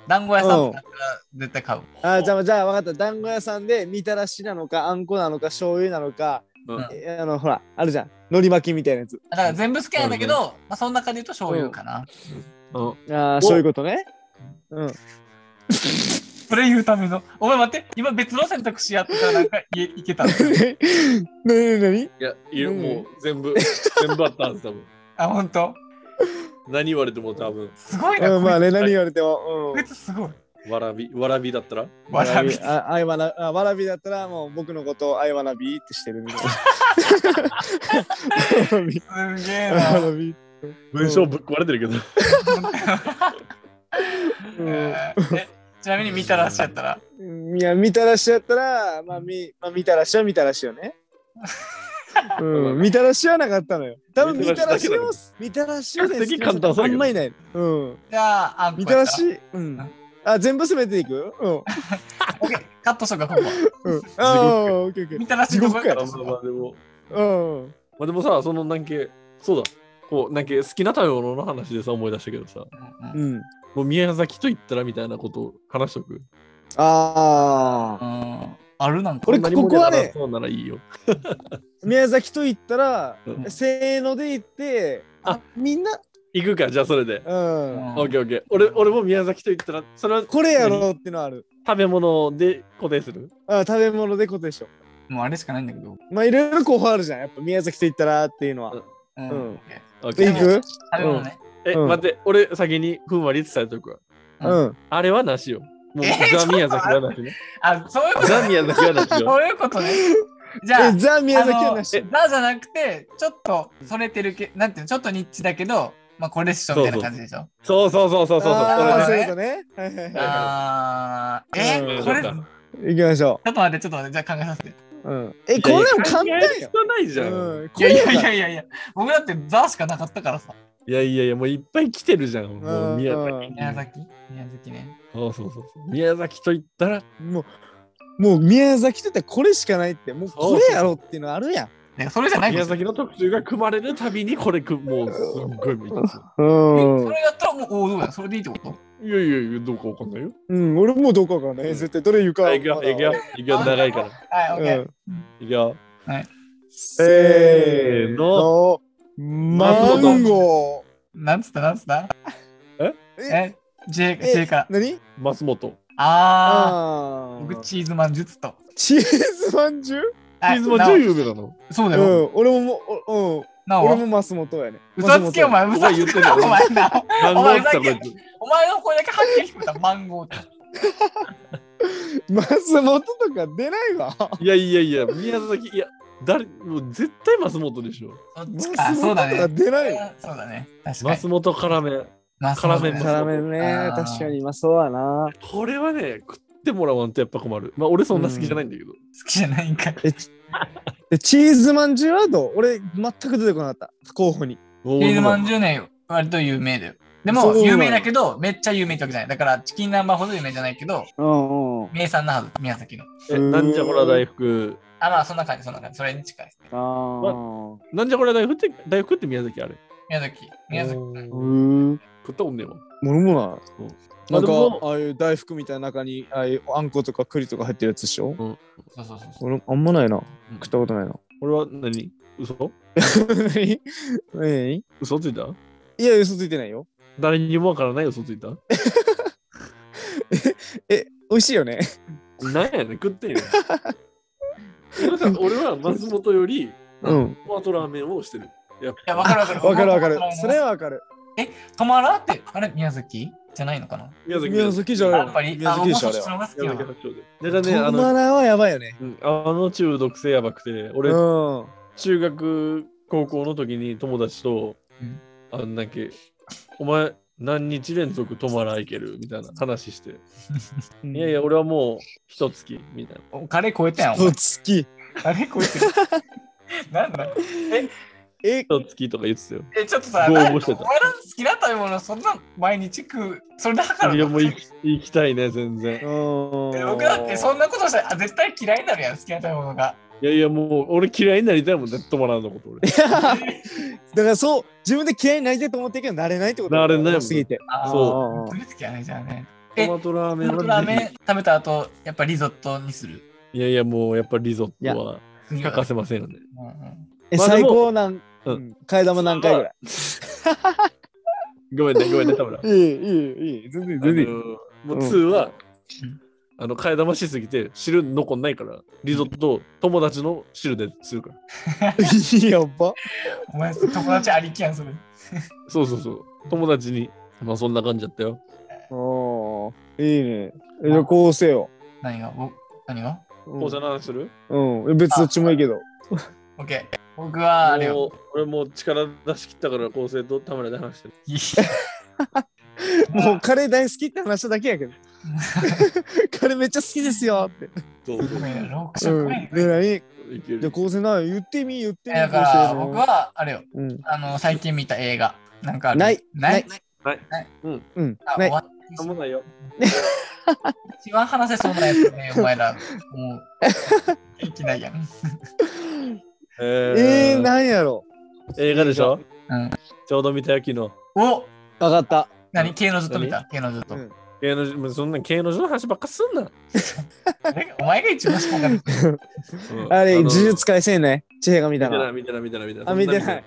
団子屋さんとかだったら絶対買う。
あーじゃあじゃあ分かった団子屋さんでみたらしなのかあんこなのか醤油なのか、
うん
えあのほらあるじゃん海苔巻きみたいなやつ
だから全部好きなんだけど、まあ、その中で言うと醤油かな。
うん
ああそういうことね うん
それ言うための。お前待って、今別の選択肢やってたらなんかいいけたの。
ねねねね
いや、いや
うん
もう全部、全部あったはず、多分。
あ、ほんと
何言われても多分、
すごいな。
うんまあ
こ
ね何言われても、う
い
ん
つすごい。
わらび、わらびだったら
わらび。
ああいわらあわらびだったらもう僕のことをあいわらびってしてるみたいな わらび
すげえ
あ
な。
わらび
文章ぶっ壊れてるけど。
えーえちなみに見たらっしゃったら。
うんいやみたらしやったらまあみ、まあ、みたらしはみたらしよ ねうん、みたらしはなかったのよ。多分みたらしを、みたらしをね、
比較的簡単そう
あ
やけど
んまいない。うん。
じゃあ、あんこ
み
や
た
った
ら
ら。
し、うん。あ、全部すべていくうん。
オッケーカットしとくか、ここは。
うん。ああ、オッケーオッケー
見たらしいとこやった
ま
ら
あ。まあでも、
うん。
まあでもさ、そのなんけ、そうだ、こう、なんけ好きな食べ物の話でさ、思い出したけどさ、
うんうん
うん。
もう宮崎と言ったらみたいなことを話しとく。
ああ。
うんあるなんか
これ
んなに盛り上
こ
がら
こはね
そうならいいよ。
宮崎と言ったら、
うん
せーので行って、あ
あ
みんな、
行くか、じゃあそれで。
うん、
オッケーオッケー。俺、俺も宮崎と言ったら、それは
これやろってのある。
食べ物で固定する。
あ食べ物でことでしょ。
もうあれしかないんだけど。
まあいろいろ候補あるじゃん。やっぱ宮崎と言ったらっていうのは。
う
うん
オッケー
オッケ
で
ー
行く
食べ物ね。
え、
うん
待って、俺先にふんわり伝えとくわ。
う
うん。
あれはなしよ。もう
えー
ザ・宮崎はなしね。
あ、そういうこと
ザ・宮崎はなし よ。
そういうことね。じゃあ
え、、ザ・宮崎はなし
あ。のザじゃなくて、ちょっとそれてるけ、なんていうの、ちょっとニッチだけど、まあこれっしょみたいな感じでしょ。
そうそうそうそうそうそう。
あー
これ
だね
だ
そういうことね。は
ね
いはい
そう
は
あー、え
うん
これ、ちょっ
そうか
い。行きましょ
と待って、ちょっと待って、じゃあ考えさせて。
う。うん。え、これも簡単
いやいや
よ。
考えないじゃん。
うん。こ
いや
れ
い
や
や
か
い
ら
やいやいや、僕だってザしかなかったからさ。
いやいやいや、もういっぱい来てるじゃん。もう宮
うん
崎。
宮崎宮崎ね。
そうそうそうそう。宮崎と言ったら、
もう、もう宮崎と言ったらこれしかないって、もうこれやろっていうのあるやん。
なんかそれじゃないかも
宮
しれない
崎の特集が組まれるたびにこれく、もうすっごい見た。
え
う
そ
ん。
れやったらもう王道やん。それでいいってこと
いやいやいや、どうかわかんないよ。
うん、俺もうどこかわかんない。絶対どれ言うかは
行くよ、行くよ、行くよ、長いから。
はい、オッケー。
行くよ。
せー
ー
の
の。
マンゴ
なんつったなんつった
え
え ?J、
え
J か
ー。。何
松本。
あ
あ
ー、
ー
僕チーズマン術と。
チーズまんじゅう
あ
水も女優なの。
そう
う
だよ。
ん、俺もも、おうん、
な
俺
お
も松本やね。
嘘つけお前、
松
嘘
本
つ
お前言って
け
るよ
お前な。
マンゴーって
お前
こいつ
お前の声だけはっきり聞こえた。マンゴーって。
松本とか出ないわ。
いやいやいや、宮崎、いや、誰、もう絶対松本でしょ。
そっちか。
松
そう
本
だ
とか
ね。
出ないわ。
そうだね。確かに
松本辛麺。
まあ。
辛
そうだ
麺
ね
も
辛麺ね
あ、ー
確かに今そうだな。
これはね、食ってもらわんとやっぱ困る。まあ、俺そんな好きじゃないんだけど。
好きじゃないんかい。
え、ちえチーズまんじゅうはどう俺、全く出てこなかった。候補に。
おー
チーズまんじゅうね割と有名だよ。で
そ
も、
うなんだ
有名だけど、めっちゃ有名ってわけじゃない。だから、チキン南蛮ほど有名じゃないけど、
うんうん。
名産なはず、宮崎の。
えなんじゃこら大福。
あ、まあ、そんな感じ、そんな感じ。それに近い。
あー。
なんじゃこら大福って、大福って宮崎あれ。
宮崎。宮崎。
おー
うん。
食ったもんねえわ。
俺も
そう
な。なんか
まあでも、
ああいう大福みたいな中に、ああいうあんことか栗とか入ってるやつでしょ
そうそうそうそう。
俺、あんまないな。
うん
食ったことないな。
俺は何嘘
何何
嘘ついた
いや、嘘ついてないよ。
誰にもわからない嘘ついた
え、美味しいよね。
なんやねん、食ってんやん。皆さん俺は松本より、
うん。
トマトラーメンをしてる。やっ
いや、わかるわかる。
わかるわかる。それ
は。
はわかる。
トマラって、あれ、宮崎じゃないのかな
宮崎
宮崎じゃ
や
ない
っぱり、
宮崎でしょ、あ
あ
れ
僕もそっちの方
は。
が好き
宮
な
崎
の
発祥で。だから
ト
ね、あ
マ
の、
ラはやばいよね。
うんあの中毒性やばくて、
う
俺、
ん。
中学、高校の時に友達と
うん、
あんだっけ、お前、何日連続泊まら行けるみたいな話して、いやいや、俺はもう、一月みたいな。
おカレー超えたやん。お
と
前
つき。
カレー超 えてる。なんだ
え、
一月とか言ってたよ。
え、ちょっとさ、
ご応
なん
募
か
して
お
た
前らの好きな食べ物、そんな毎日食う。それだから
い
な
や、もう行き行きたいね、全然。
え
僕
僕だって そんなことしたらあ絶対嫌いになるやん好きな食べ物が
いやいや、もう、俺嫌いになりたいもん、絶対泊まらんのこと、俺。
だからそう、自分で嫌いになりたいと思ってるけど、なれないってこと
なれないもん
すぎて。
あー
そう
大好きやねじゃあねえ
トマトラーメン
トマ
は
トラーメン
ぜ
食べた後やっぱリゾットにする
ひいやいや、もう、やっぱりリゾットは
次
欠かせませんよね。
うんうん
え、
まあで
最
も
高なん、
うん
うん替え玉何回ぐらい
ごめんね、ごめんね、田村。
いい、いい、いい。全然、全然いい。
あのもう2は、
うん
あの替え玉しすぎて汁残んないからリゾットと友達の汁でするから
やっば。
お前友達ありきやんそれ
そうそうそう友達にまあそんな感じだったよ
おーいいね。えじゃあこうせよ。
何が僕何が
うん
紅茶の話する
うん。え別にどっちもいいけど。
オッケー僕はあれ
も
よ
う俺もう力出し切ったから構成と田村で話してる
いや
もうカレー大好きって話しただけやけど。カレーめっちゃ好きですよって。
ど
ごめんな6
う
食
ん
目い。
で、何
いけ
じゃあ
る
こうせな、言ってみ、言ってみ。
やだか
こう
ら
せの
僕はあれよ
うん。
あの最近見た映画なんかある
ない
ない
うん。
あ
な
終
い。
わって
あんまないよ
一番話せそうなやつねお前らもう元気ないやん
え
えー、なんやろ。
映画でしょ、
うん
ちょうど見たよ昨日
お
わかった。
何系のずっと見た系のずっと
うん
芸能人もうそんな芸能人の話ばっかすんな。
お前が一番しかなかった。
うん
あれ、
の
呪術改正ね。知恵が見
見て
た
ない
の。
見てない見てない見てない。
あ、見てない。。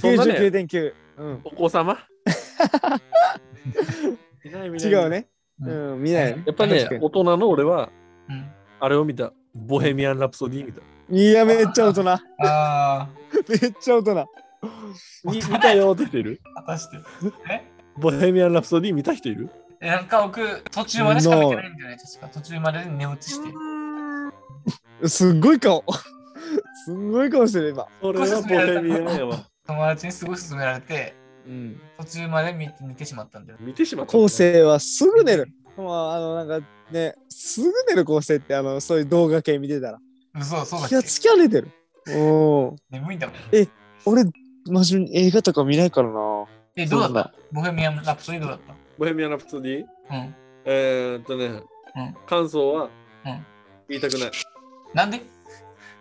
そんなね
99.9。うん。
お子様見ない見ない
違う。ね。
う
うん、見ないよね。
やっぱね
確か、に
大人の俺は、
うん、
あれを見た。ボヘミアン・ラプソディ見た。
いや、めっちゃ大人。 め
あ
っちゃ大人。
み見たよって人いる
あ、果たして。
ボヘミアン・ラプソディ見た人いる
えなんか僕、途中までしか見てないんじゃない確か。途中まで寝落ちして。
すっごい顔。 すんごい顔してる、今。
それはボヘミアンやわ。
友達にすごい勧められて、
うん。
途中まで見て寝てしまったんだよ。
見てしまった。
構成はすぐ寝る。まあ、あの、なんかね、すぐ寝る構成って、あの、そういう動画系見てたら。
嘘、そうだっ
気が
け
つきゃ寝てる。おー
眠いんだもん。
俺、真面目に映画とか見ないからな。
え、どうだった
た
ボヘミアン・ラプソディどうだっ
ボヘミアン・ラプソディ
たうん。
えーっとね、
うん
感想は、
うん
言いたくない。
なんで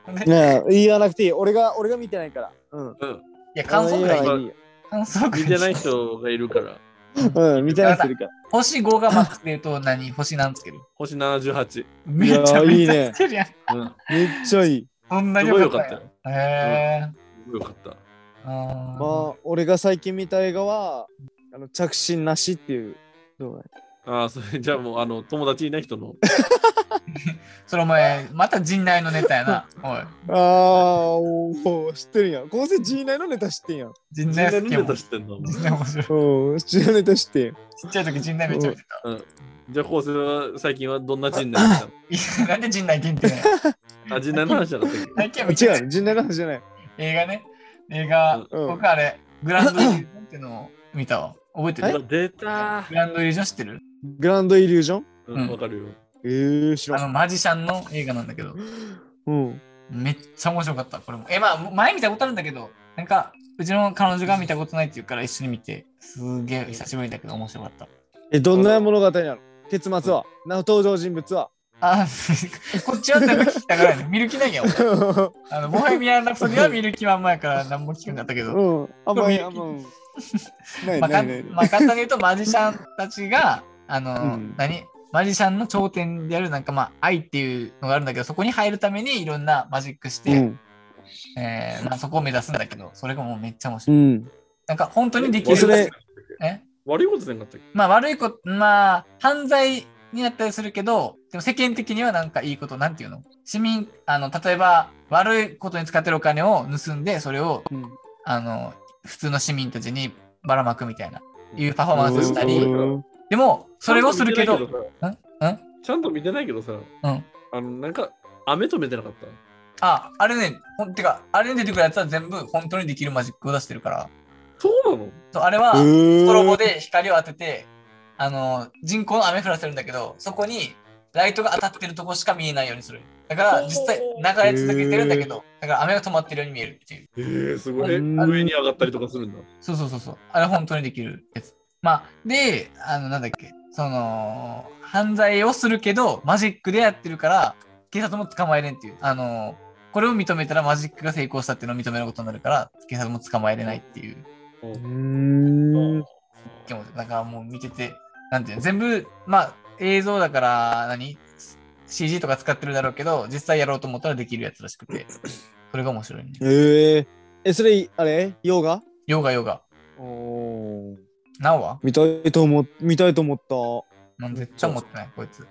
なんでい
ねえ、言わなくていい。俺が、俺が見てないから。うん。
うん、
や、感想
あの映
会
画。はいいよ
感想会。
見てない人がいるから、
うん、見てない人いるから。
星5がマックスで言うと何星なんつける
星78。
めちゃめちゃつけるやん。
うん、す
めっちゃいい。
そんなに
ごい
良
よ
か
か
っ
ったよ。
た。へぇ
すごいよかった。
ー。あー
まあ、俺が最近見た映画は、あの着信なしっていう動画。
ああ、それじゃあもうあの友達いない人 の。
それお前、また陣内のネタやな。おい。
ああ、おー知ってるやん。こうせ G 内のネタ知ってんやん。
陣
みん
内
な
好
何
き
で
やも
出
ん。
してんの
陣内面白い。
うん、G 内のネタ知ってんやん。
ちっちゃい時陣内めっちゃ見て
じゃあ、構成は最近はどんな人内な
た。いやなんで陣内限定なんや
のあ、人内の話じゃなかったっけ
最近は見てない
違う、G 内の話じゃない。
映画ね。映画、
うん
僕あれ、グランドイリュージョンっていうのを見たわ。覚えて
うわ
る
出た
グランドイリュージョン知ってる
グランドイリュージョン
ー。うん、わかるよ。
えー、知
あ
らん。
の、マジシャンの映画なんだけど。
うん。
めっちゃ面白かった、これも。え、まあ、前見たことあるんだけど、なんか、うちの彼女が見たことないって言うから一緒に見て、すげえ久しぶりだけど面白かった。
え、どんな物語なの結末はな登場人 物は
あ、こっちは全部聞きたくないね。見る気ないやん。あの、ボヘミアン・ラプソディは見る気は前から何も聞くんだったけ
う
ど、
ん。あんまり、あんま。ない
まあ、
な
か
い
ん
ない。
まあ、簡単に言うと、マジシャンたちが、あの、
うん
何マジシャンの頂点である、なんかまあ、愛っていうのがあるんだけど、そこに入るためにいろんなマジックして、
うん。
えーまあ、そこを目指すんだけど、それがもうめっちゃ面
う
白い。
ん。
なんか、本当にでき
え
る。
それ
え
悪いことせんかったっけ
まあ悪いこと、まあ犯罪になったりするけど、でも世間的にはなんかいいこと、なんていうの市民、あの、例えば悪いことに使ってるお金を盗んで、それを、
うん
あの、普通の市民たちにばらまくみたいな、いうパフォーマンスした
う
り、
ん
でも、それをするけど、
ちゃんと見てないけ
ん
ど
ん
さちゃんと見てないけどさ、
ん
あの、なんか、雨止めてなかった。
あ、あれね、ほんてか、あれに出てくるやつは全部本当にできるマジックを出してるから、
そうなの
そうあれは、ス
ス
トロボで光を当てて、あの、人工の雨降らせるんだけど、そこにライトが当たってるとこしか見えないようにする。だから、
おー
実際流れ続けてるんだけど、だから雨が止まってるように見えるっていう。
えー、すごい。え
うん
上に上がったりとかするんだ。
そうそうそうそう。あれ本当にできるやつ。まあ、で、あの、なんだっけ、その、犯罪をするけど、マジックでやってるから、警察も捕まえれんっていう。あの、これを認めたらマジックが成功したっていうのを認めることになるから、警察も捕まえれないっていう。
うーん。
気持ちだからもう見てて、なんていうの、全部、まあ、映像だから何、?CG とか使ってるだろうけど、実際やろうと思ったらできるやつらしくて、それが面白いね。
ええ。え、それ、あれヨガ
ヨガヨガ。
おー
なおは
見たいと思っ見たいと思った。
なん絶対思ってない、こいつ。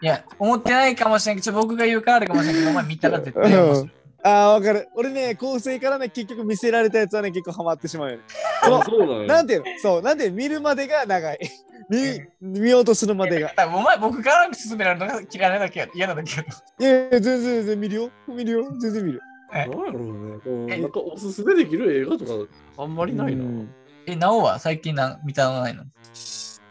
いや、思ってないかもしれんけど、ちょ僕が言うからあれかもしれんけど、お前見たら絶対面白い。
ああー、わかる。俺ね、構成からね、結局見せられたやつはね、結構ハマってしまうよね。その
あそうなのよ
なんていうのそう、なんで見るまでが長い。見 見ようとするまでが。
多分お前、僕から勧められるのが嫌いなだけや、嫌なだけやろ。
いやいや、全然全然見るよ。見るよ。全然見る。
なんやろうね。こうなんかおすすめできる映画とかあんまりないな。
うん
え、なおは最近なん見たのないの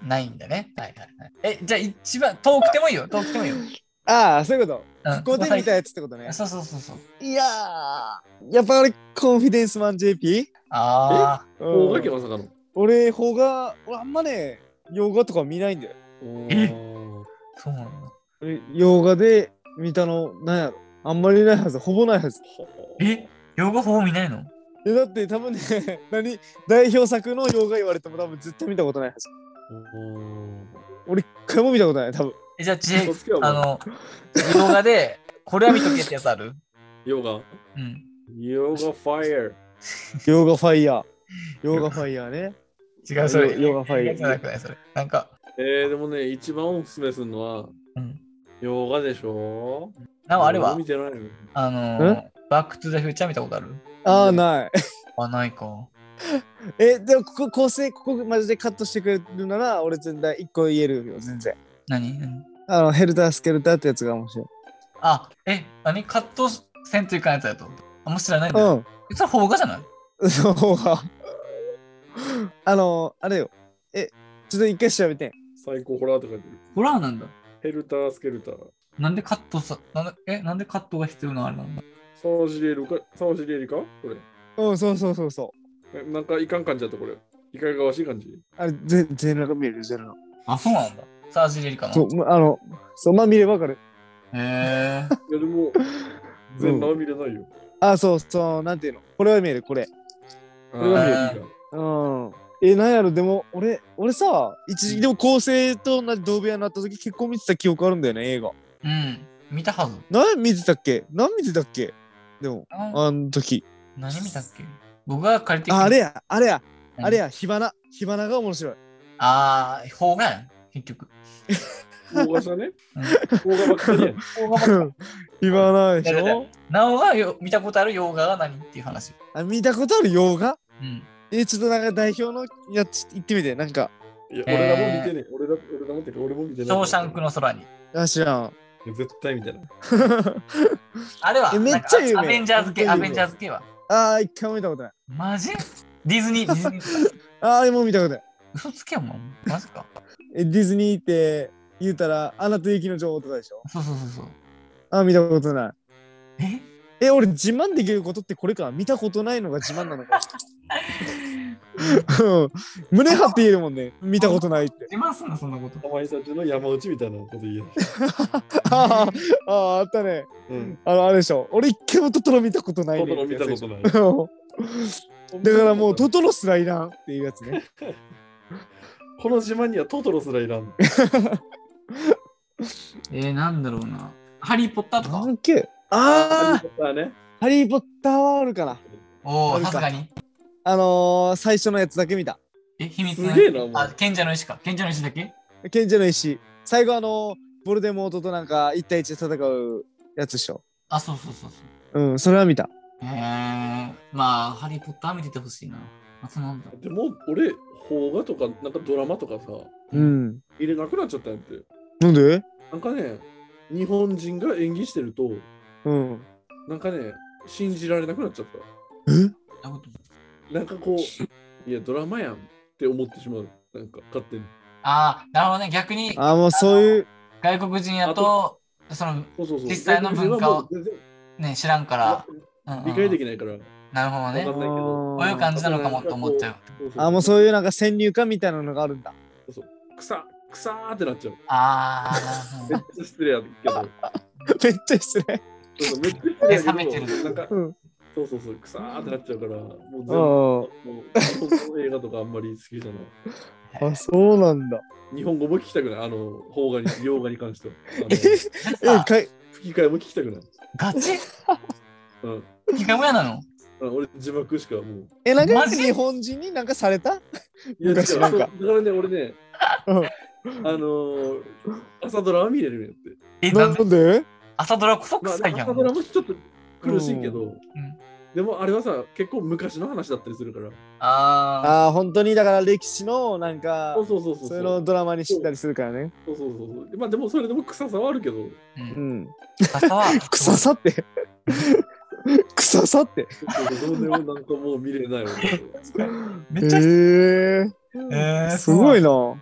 ないんだね。はいはいはい。え、じゃあ一番、遠くてもいいよ、遠くてもいいよ。
ああ、そういうこと。
うん
ここで見たやつってことね。
そうそうそうそう。
いやー、やっぱ俺、コンフィデンスマン JP?
ああ、
大
う
垣
ん
まさかの。
俺、邦画、俺あんまね、洋画とか見ないんだよ。
え
おー
そうなんだ。
俺洋画で見たの、なんやろ。あんまりないはず、ほぼないはず。
えヨガ法見ないの
えだって多分 ね、何、代表作の洋画言われても多分絶対見たことないはず。
おー
俺、一回も見たことない、多分。
えじゃあ、知恵
嘘つけよ、お前
あの、動画で、これは見とけってやつある
ヨガ。
うん。
ヨガファイヤー。
ヨガファイヤー。ヨガファイヤーね。
違う、それ。
ヨガファイヤ
じゃな
ー。
くない、それ。なんか、
えー、でもね、一番おすすめするのは、
うん
ヨガでしょ
なんかあれは
見、てないの
あの、バックトゥザフューチャー見たことある
ああ、ない。
あ、ないか。
え、でも、ここ、構成、ここ、マジでカットしてくれるなら、俺、全然、一個言えるよ、全然。
何何
あの、ヘルタースケルターってやつが面白い。
あ、え、何カットせんといかんやつやと。あ、もう知らないんだ
う
よ。
ん。
えそれ、邦画じゃない
そう か。あの、あれよ。え、ちょっと一回調べて。
最高ホラーとか言ってる。
ホラーなんだ。
ヘルタースケルター。
なんでカットさ、なんでえ、なんでカットが必要なのあれなんだ
沢尻エリか沢尻エリかこれ。
うん、そうそうそうそう。
えなんかいかん感じだったこれ。いかがわしい感じ。
あれ、ぜ全裸が見える、全裸。
あ、そうなんだ。サージレリかな。
そう、まあの、そう、まあ見ればわかる。
へえ。
いや でも、全裸は見れないよ。
あ、そうそう、なんていうの。これは見える、これ。
これは見れるか
うん。え、なんやろ、でも、俺、俺さ、一時期でも構成と同じ同部屋になった時結構見てた記憶あるんだよね、映画。
うん。見たはず。
何見てたっけ何見てたっけでも、
あ
あの時。
何見たっけ僕が借りてきた
あ、あれや、あれや、
うん
あれや、火花。火花が面白い。
ああ、邦画やん。結局。
邦画じゃね
うん
邦画ばっか りやん。
邦画ばっかり
火花でし
誰だ
ょ
よなおがよ見たことある洋画が何っていう話。
あ見たことある洋画
うん。
え、ちょっとなんか代表のやつ言ってみて、なんか。
いや、
えー
俺らも見てねえ。俺ら俺らも見てねえ。俺も見て
シ
ない。
ョーシャンクの空に。
あ、知らん。
いや絶対見てない。
あれは、
えめっちゃ有
なん
名
かアベンジャーズ系、
めっちゃ
ア
有名
ベンジャーズ系は。
あー、一回も見たことない。
マジディズニー、ディズニーと か。
あー、もう見たことない。
嘘つけよ、もう。マジか。
え、ディズニーって言うたら、アナと雪の女王とかでしょ
そうそうそうそう。
あー、見たことない。
え
え、俺自慢できることってこれか。見たことないのが自慢なのか。うん胸張って言えるもんね。見たことないって。
自慢すんな、そんなこと。
かまいたちの山内みたいなこと言えない。
あーあー、あったね。
うん。
あの、あれでしょ。俺一回もトトロ見たことない
ト
ね
ト
っ
ロ
て
見
やつ
た
で
こ
しょ。
とない。
うんだからもうトトロすらいらんっていうやつね。
この島にはトトロすらいらん。
えー、なんだろうな。ハリー・ポッターとか
なんけああ
あね。
ハリー・ポッターはあるかな。
お
あ
お、
るか
さすがに。
あのー、最初のやつだけ見た。
え、秘密
す
の
げえな、もう。
あ、賢者の石か。賢者の石だけ
賢者の石。最後あのー、ボルデモートとなんか1対1で戦うやつでしょ。
あ、そうそうそうそう。
うん、それは見た。
えー、まあ、ハリー・ポッター見ててほしいな。あとなんだ。
でも俺、邦画とか、なんかドラマとかさ、
うん。
入れなくなっちゃったんやって。
なんで
なんかね、日本人が演技してると、
うん。
なんかね、信じられなくなっちゃっ
なこと
た。なんか こう、いや、ドラマやんって思ってしまう。なんか勝手に。
ああ、なるほどね。逆に
あー、もうそういう。
外国人やと、その、
そうそうそう。
実際の文化を
全然
ね、知らんから。うんうん
理解できないから。
なるほど
あ
ね。
わかんないけど
こういう
ー
感じなのかもと思っちゃう。
あー、もうそういうなんか先入観みたいなのがあるんだ。
う。草、草ーってなっちゃう。
ああ、な
め
る
っちゃ失礼やけど。
めっちゃ失礼。
そうそうめっちゃ失礼
目
やけど。
覚めてる
なんか、
うん。
そうそうそう、くさーってなっちゃうから、も
あ
う全部、
ー
もう日本語映画とかあんまり好きじゃない。
ほど
あ、。そうなんだ。
日本語も聞きたくない、あの、邦画に、洋画に関しては。あの
え、え、
さ
かい、
吹き替えも聞きたくない。
ガチ
うん。
気が親なの
うん俺、字幕しかもう。
え、なんか
マジ
日本人になんかされた
いや、だ
昔
か
な
ら
んか
だからね、俺ね、
うん
あのー、朝ドラは見れるんやって。
え、な
なん
で
んで
朝ドラこそ
まあ、
臭いや
朝
ん
ド。ラもちょっと苦しいけど、
ん
でもあれはさ、結構昔の話だったりするから。
ああ、
ああ、本当にだから歴史のなんか
そう、そうそうそう。
それのドラマにしてたりするからね。
そうそうそうそう。まあ、でもそれでも臭さはあるけど、
う。
うんん。
朝 は、
臭さって。臭さって。
どうでもなんかもう見れないわ。
め
へ
っちゃ、
え
えー
すごい。な。
そ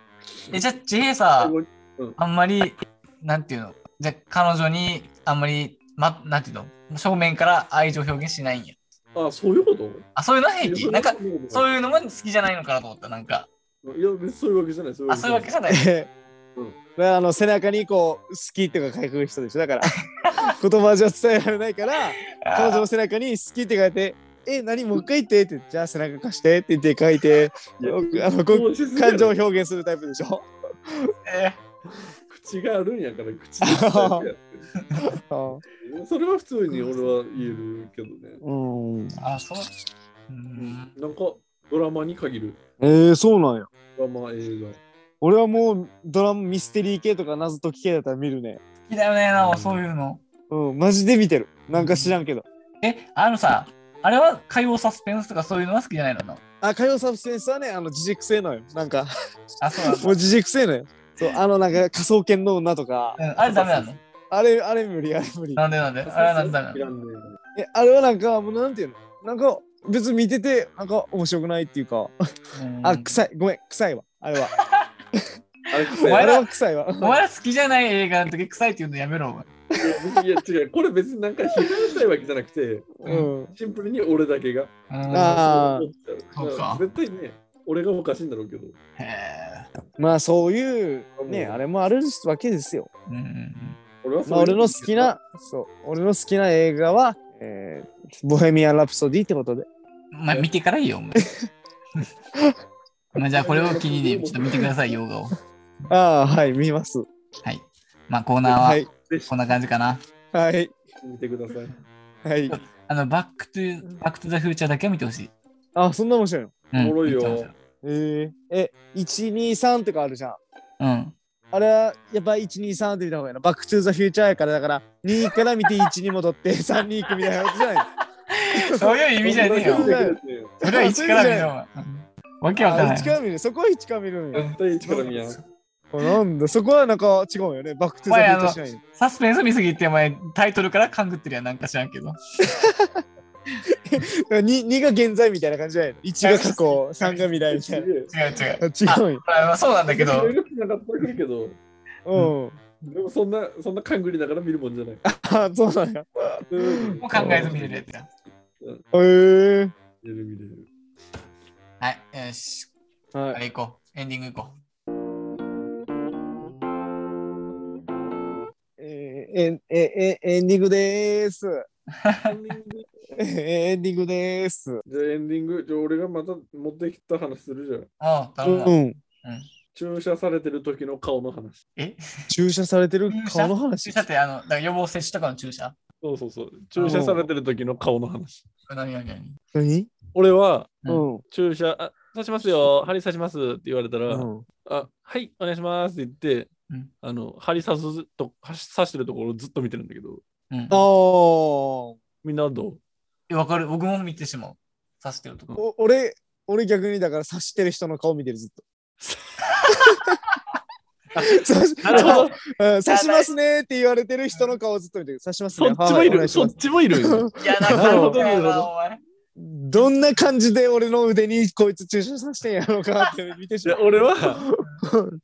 うえ、じゃあ、ジェイさ
うん、
あんまり、なんていうのじゃあ、彼女にあんまり、ま、なんていうの正面から愛情表現しないんや。
あ、そういうこと
あ、そういうの平気なんか、そう
い
いうのも好きじゃないのかなと思った。なんか、
う。いや、別にそういうわけじゃない。そう
あ、そういうわけじゃない。
え
うん
だからあの背中にこう好きっていうか書く人でしょだから言葉じゃ伝えられないから彼女の背中に好きって書いて「え何もう一回言って」って「 じゃあ背中貸して」って言って書いて
いや
あのこう感情を表現するタイプでしょ
え
口があるんやから口にしたいだけや
あ
それは普通に俺は言えるけどね。
うん。
ーあ、 そう。うん。
なんかドラマに限る。
えー、そうなんや。
ドラマ、映画。
俺はもうドラマミステリー系とか謎解き系だったら見るね。
好きだよね、な
うんん
かそういうの。
うん、マジで見てる。なんか知らんけど。
え、あのさ、あれは火曜サスペンスとかそういうのは好きじゃないの
あ、火曜サブスペンスはね、あの、自軸性のよ。なんか、
あ、そうなんだ
もう自軸性のよ。そう、あの、なんか、科捜研の女とか、
うん。あれダメなの
あれ、あれ無理、あれ無理。
なんでなんであれはなんでダメ
いら
なん
ね
え、あれはなんか、もうなんていうのなんか、別に見てて、なんか面白くないっていうか、
のうん
あ、臭い、ごめん、臭いわ。あれは。
あれ臭い
お
あ
前
れ
ら
は臭いわ。
お前ら好きじゃない映画の時臭いって言うのやめろ、お前。
いや違う、これ別になんか批判したいわけじゃなくて、
うん。
シンプルに俺だけが。
うん
ああ
そうか
絶対ね、俺がおかしいんだろうけど。
へえ。
まあ、そういう、ね、
うん
あれもあるわけですよ。
うんうんうん。
俺はそう
まあ、
いう
俺の好きな、そう、俺の好きな映画は、えー、ボヘミアン・ラプソディってことで。
まあ、見てからいいよ、お前。まあ、じゃあ、これを機にね、ちょっと見てください、洋画を。
ああ、はい、見ます。
はい。まあ、コーナー
は、
はいこんな感じかな。
はい、
見てください。
はい。
あの、バックトゥ、バックトゥザフューチャーだけは見てほしい。
あ、そんな面白いの
うん
おもろいよ。
見てほし
えー、え、123とかあるじゃん。
うん。
あれはやっぱ123って見た方がいいな。バックトゥーザフューチャーやからだから2から見て1に戻って3に行くみたいなことじゃないの。
そういう意味じゃねえよ
見。 てくれて
それは一から見ろ。お前わけわかん
あ
な
1
い。
から見る。そこは1から見るんや。
絶対一から見やん。
あなんだ、そこはなんか違うよね。バックトゥーザフューチャーしないの。
サスペンス見すぎて、お前、タイトルから勘ぐってるやん、なんか知らんけど。
2, 2が現在みたいな感じじゃないの。1が過去、3が未来みたいな。
違う違う。
あ違うんや。
まあ、そうなんだけ
い
ど
ろい、ろ繋がってくるけど、
うん。
でもそんな、そんな勘ぐりながら見るもんじゃない。
あ、そうなんや。
うん
もう考えず見れるやつや。
へえ
見れる見れる。
はい、よし。
ー。は
あ
い。
れ行こう。エンディング行こ
えー、えええエンディングでー す。
エンディング
えーエンディングでーす。
じゃあエンディング、じゃあ俺がまた持ってきた話するじゃん。
う。ああ、
う
頼むわ。
ん。
注射されてる時の顔の話。
え
注射されてる顔の
注
話。
射って、あの、だから予防接種とかの注射
そうそうそう。注射されてる時の顔の話。
何何何
何
俺は
うん。
注射、あ、刺しますよ、針刺しますって言われたら、
うん
あ、はい、お願いしますって言って、
うん
あの、針刺すと、刺してるところをずっと見てるんだけど、
うん
あ。あ、お
みんなどう
えわかる。僕も見てしまう。刺してるとこ。
俺、俺逆にだから刺してる人の顔見てるずっ と。刺し
なるほど。
うん刺しますねって言われてる人の顔ずっと見てる。刺します
そ
ね。
っちもい
ははお願
る、
し
そ
ま
っ
す
ち もいる。
いや、な
なるほど
や
なるほど
お前。
どんな感じで俺の腕にこいつ注射させてんやろうかって見てし
い
ま
や
う。
俺は、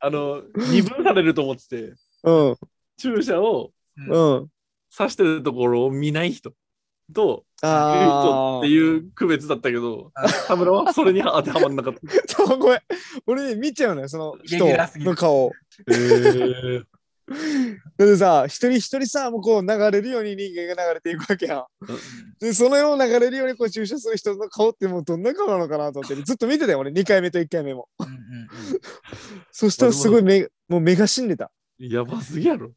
あの、二分されると思ってて、
うん
注射を
うん。
刺してるところを見ない人と、見る人
あ
っていう区別だったけど
あ、
田村はそれに当てはまんなかった。
あ。ごめん。俺ね、見ちゃうのよ、その人
レギュラーすぎる
の顔。だってさ、一人一人さ、もうこう流れるように人間が流れていくわけやん。で、そのよう流れるようにこう注射する人の顔ってもうどんな顔なのかなと思って、ずっと見てたよ、俺、2回目と1回目も。
うんうん
そしたらすごい目、もう目が死んでた。
やばすぎやろ。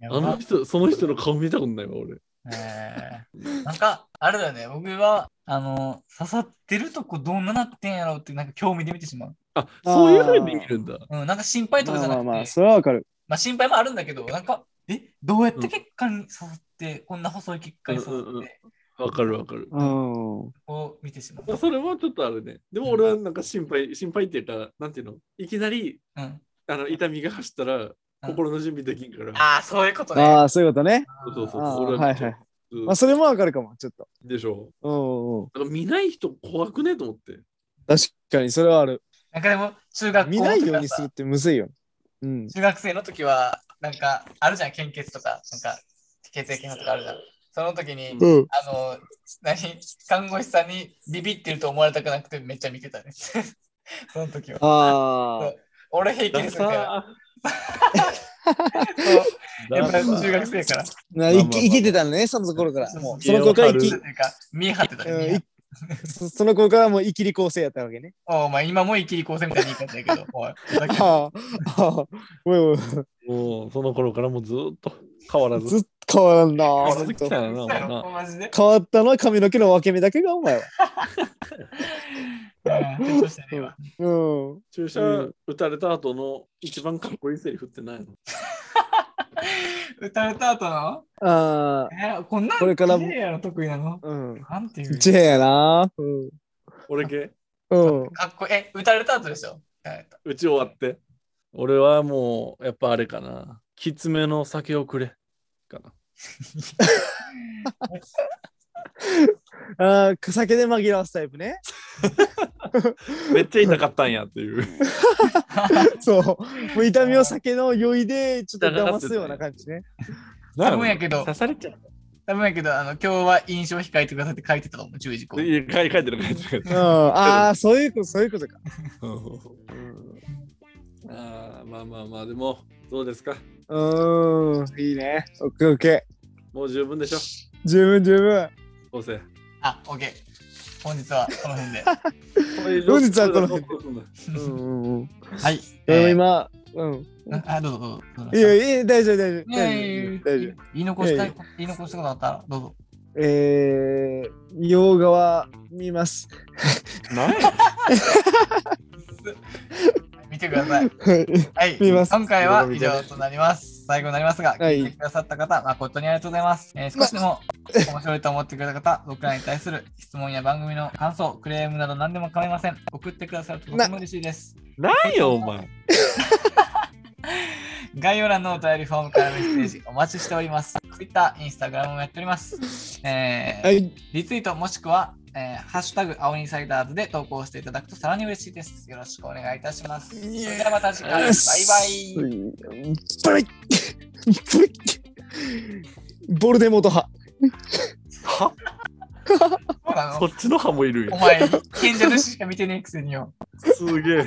やば
あの人、その人の顔見たことないわ、俺。
えーなんか、あれだよね、僕は、あの、刺さってるとこどんななってんやろうって、なんか興味で見てしまう。
あ、そういうふうにできるんだ。
うん、なんか心配とかじゃなくて、まあ
それはわかる。
心配もあるんだけど、なんか、え、どうやって血管に刺さって、こんな細い血管に刺さ
うんうんう
っ
ん
て、
わかるわかる。
うん。うん
こう見てしまう。
まあそれもちょっとあるね。でも俺はなんか心配、心配っていうか、なんていうのいきなり
うん、
あの痛みが走ったら、心の準備できんから。
ああ、そういうことね。
ああ、そういうことね。
そうそうそう。
あー
俺
はい
ちょっと
はいまあ、それもわかるかも、ちょっと。
でしょ。
うんうん。
だから見ない人怖くねと思って。
確かに、それはある。
なんかでも、中学校
見
とか
ないよう
さ
にするってむずいよ。うん。
中学生の時は、なんか、あるじゃん、献血とか、なんか、血液検査とかあるじゃん。その時に、
うん。
あの、何看護師さんにビビってると思われたくなくてめっちゃ見てたね。 その時は。
あ
俺平気
ダ
ですみたいな。
サ
そう
ー
やっぱ
ダ
り
サー
中学生から。
あ。いけてたのね、その頃から。
もう
その子が生き
なんか見張ってたね。見張っ
うん
て
いそその子がもうイキリ構成やったわけ ね。
お前今もうイキリ構成みたいに言い方やけど。おいふざけんな
ああ、ああ、おいおい、
もうその頃からもうずっと変わらず。
ずっと変わらんな
変わら
ず
ず
っと
来たよな、お前な。
マジで。
変わったのは髪の毛の分け目だけがお前は。
うん成長してねえわ
うん。
注射
うん
打たれた後の一番かっこいいセリフってないの
歌れた後の
ああ、
えー、こんなん
これからも
綺麗やろ得意なの
うん。
なんていう
じゃやな。うん。
俺系
うん。
かっこいい。え、歌われた後でしょえーと
打ち終わって。俺はもう、やっぱあれかな。きつめの酒をくれ。かな。
ああ、酒で紛らわすタイプね。
めっちゃ痛かったんやっていう。
そう。もう痛みを酒の酔いでちょっと騙すような感じね。
多 分やけど
刺されちゃった。
多分やけど、あの、今日は印象控えてくださいって書いてたと思う、注意事項。
いや書い書いてる書いてる。
うん。 ああ、そういうこと、そういうことか。
あーまあまあまあ、でも、どうですか
うん。いいね。オッケーオッケ
もう十分でしょ
ー。十分十分。
構成。
あ、オッケー。本日はこの辺で。
本日はこの辺
で。
うんうんうん。
はい。
俺も
えー
今、うん。
あ、どうぞどうぞどうぞ。
いや、いい、大丈夫、大丈夫。
いやいやいや
大丈夫。大丈夫。
言い残した
い
い、言い残したことあったら、どうぞ。
えー、洋画は見ます。
見てくださ い。はい。
見ます
今回は以上となります。最後になりますが、
はい
聞いてくださった方、誠にありがとうございます。えー少しでも面白いと思ってくれた方、 僕らに対する質問や番組の感想、クレームなど何でも構いません。送ってくださるととても嬉しいです。
なんよ、お前。
概要欄のお便りフォームからメッセージお待ちしております。Twitter、Instagram もやっております。えー
はい、
リツイートもしくは、えーハッシュタグ青インサイダーズで投稿していただくとさらに嬉しいです。よろしくお願いいたします。そ
イエー
れ
イ
ではまた次回、バイバイ。
バイバイ ボルデモート派。
は
そうなの
そっちの歯もいるん
お
や。
前、賢者のしか見てねえくせによ。
すげえ。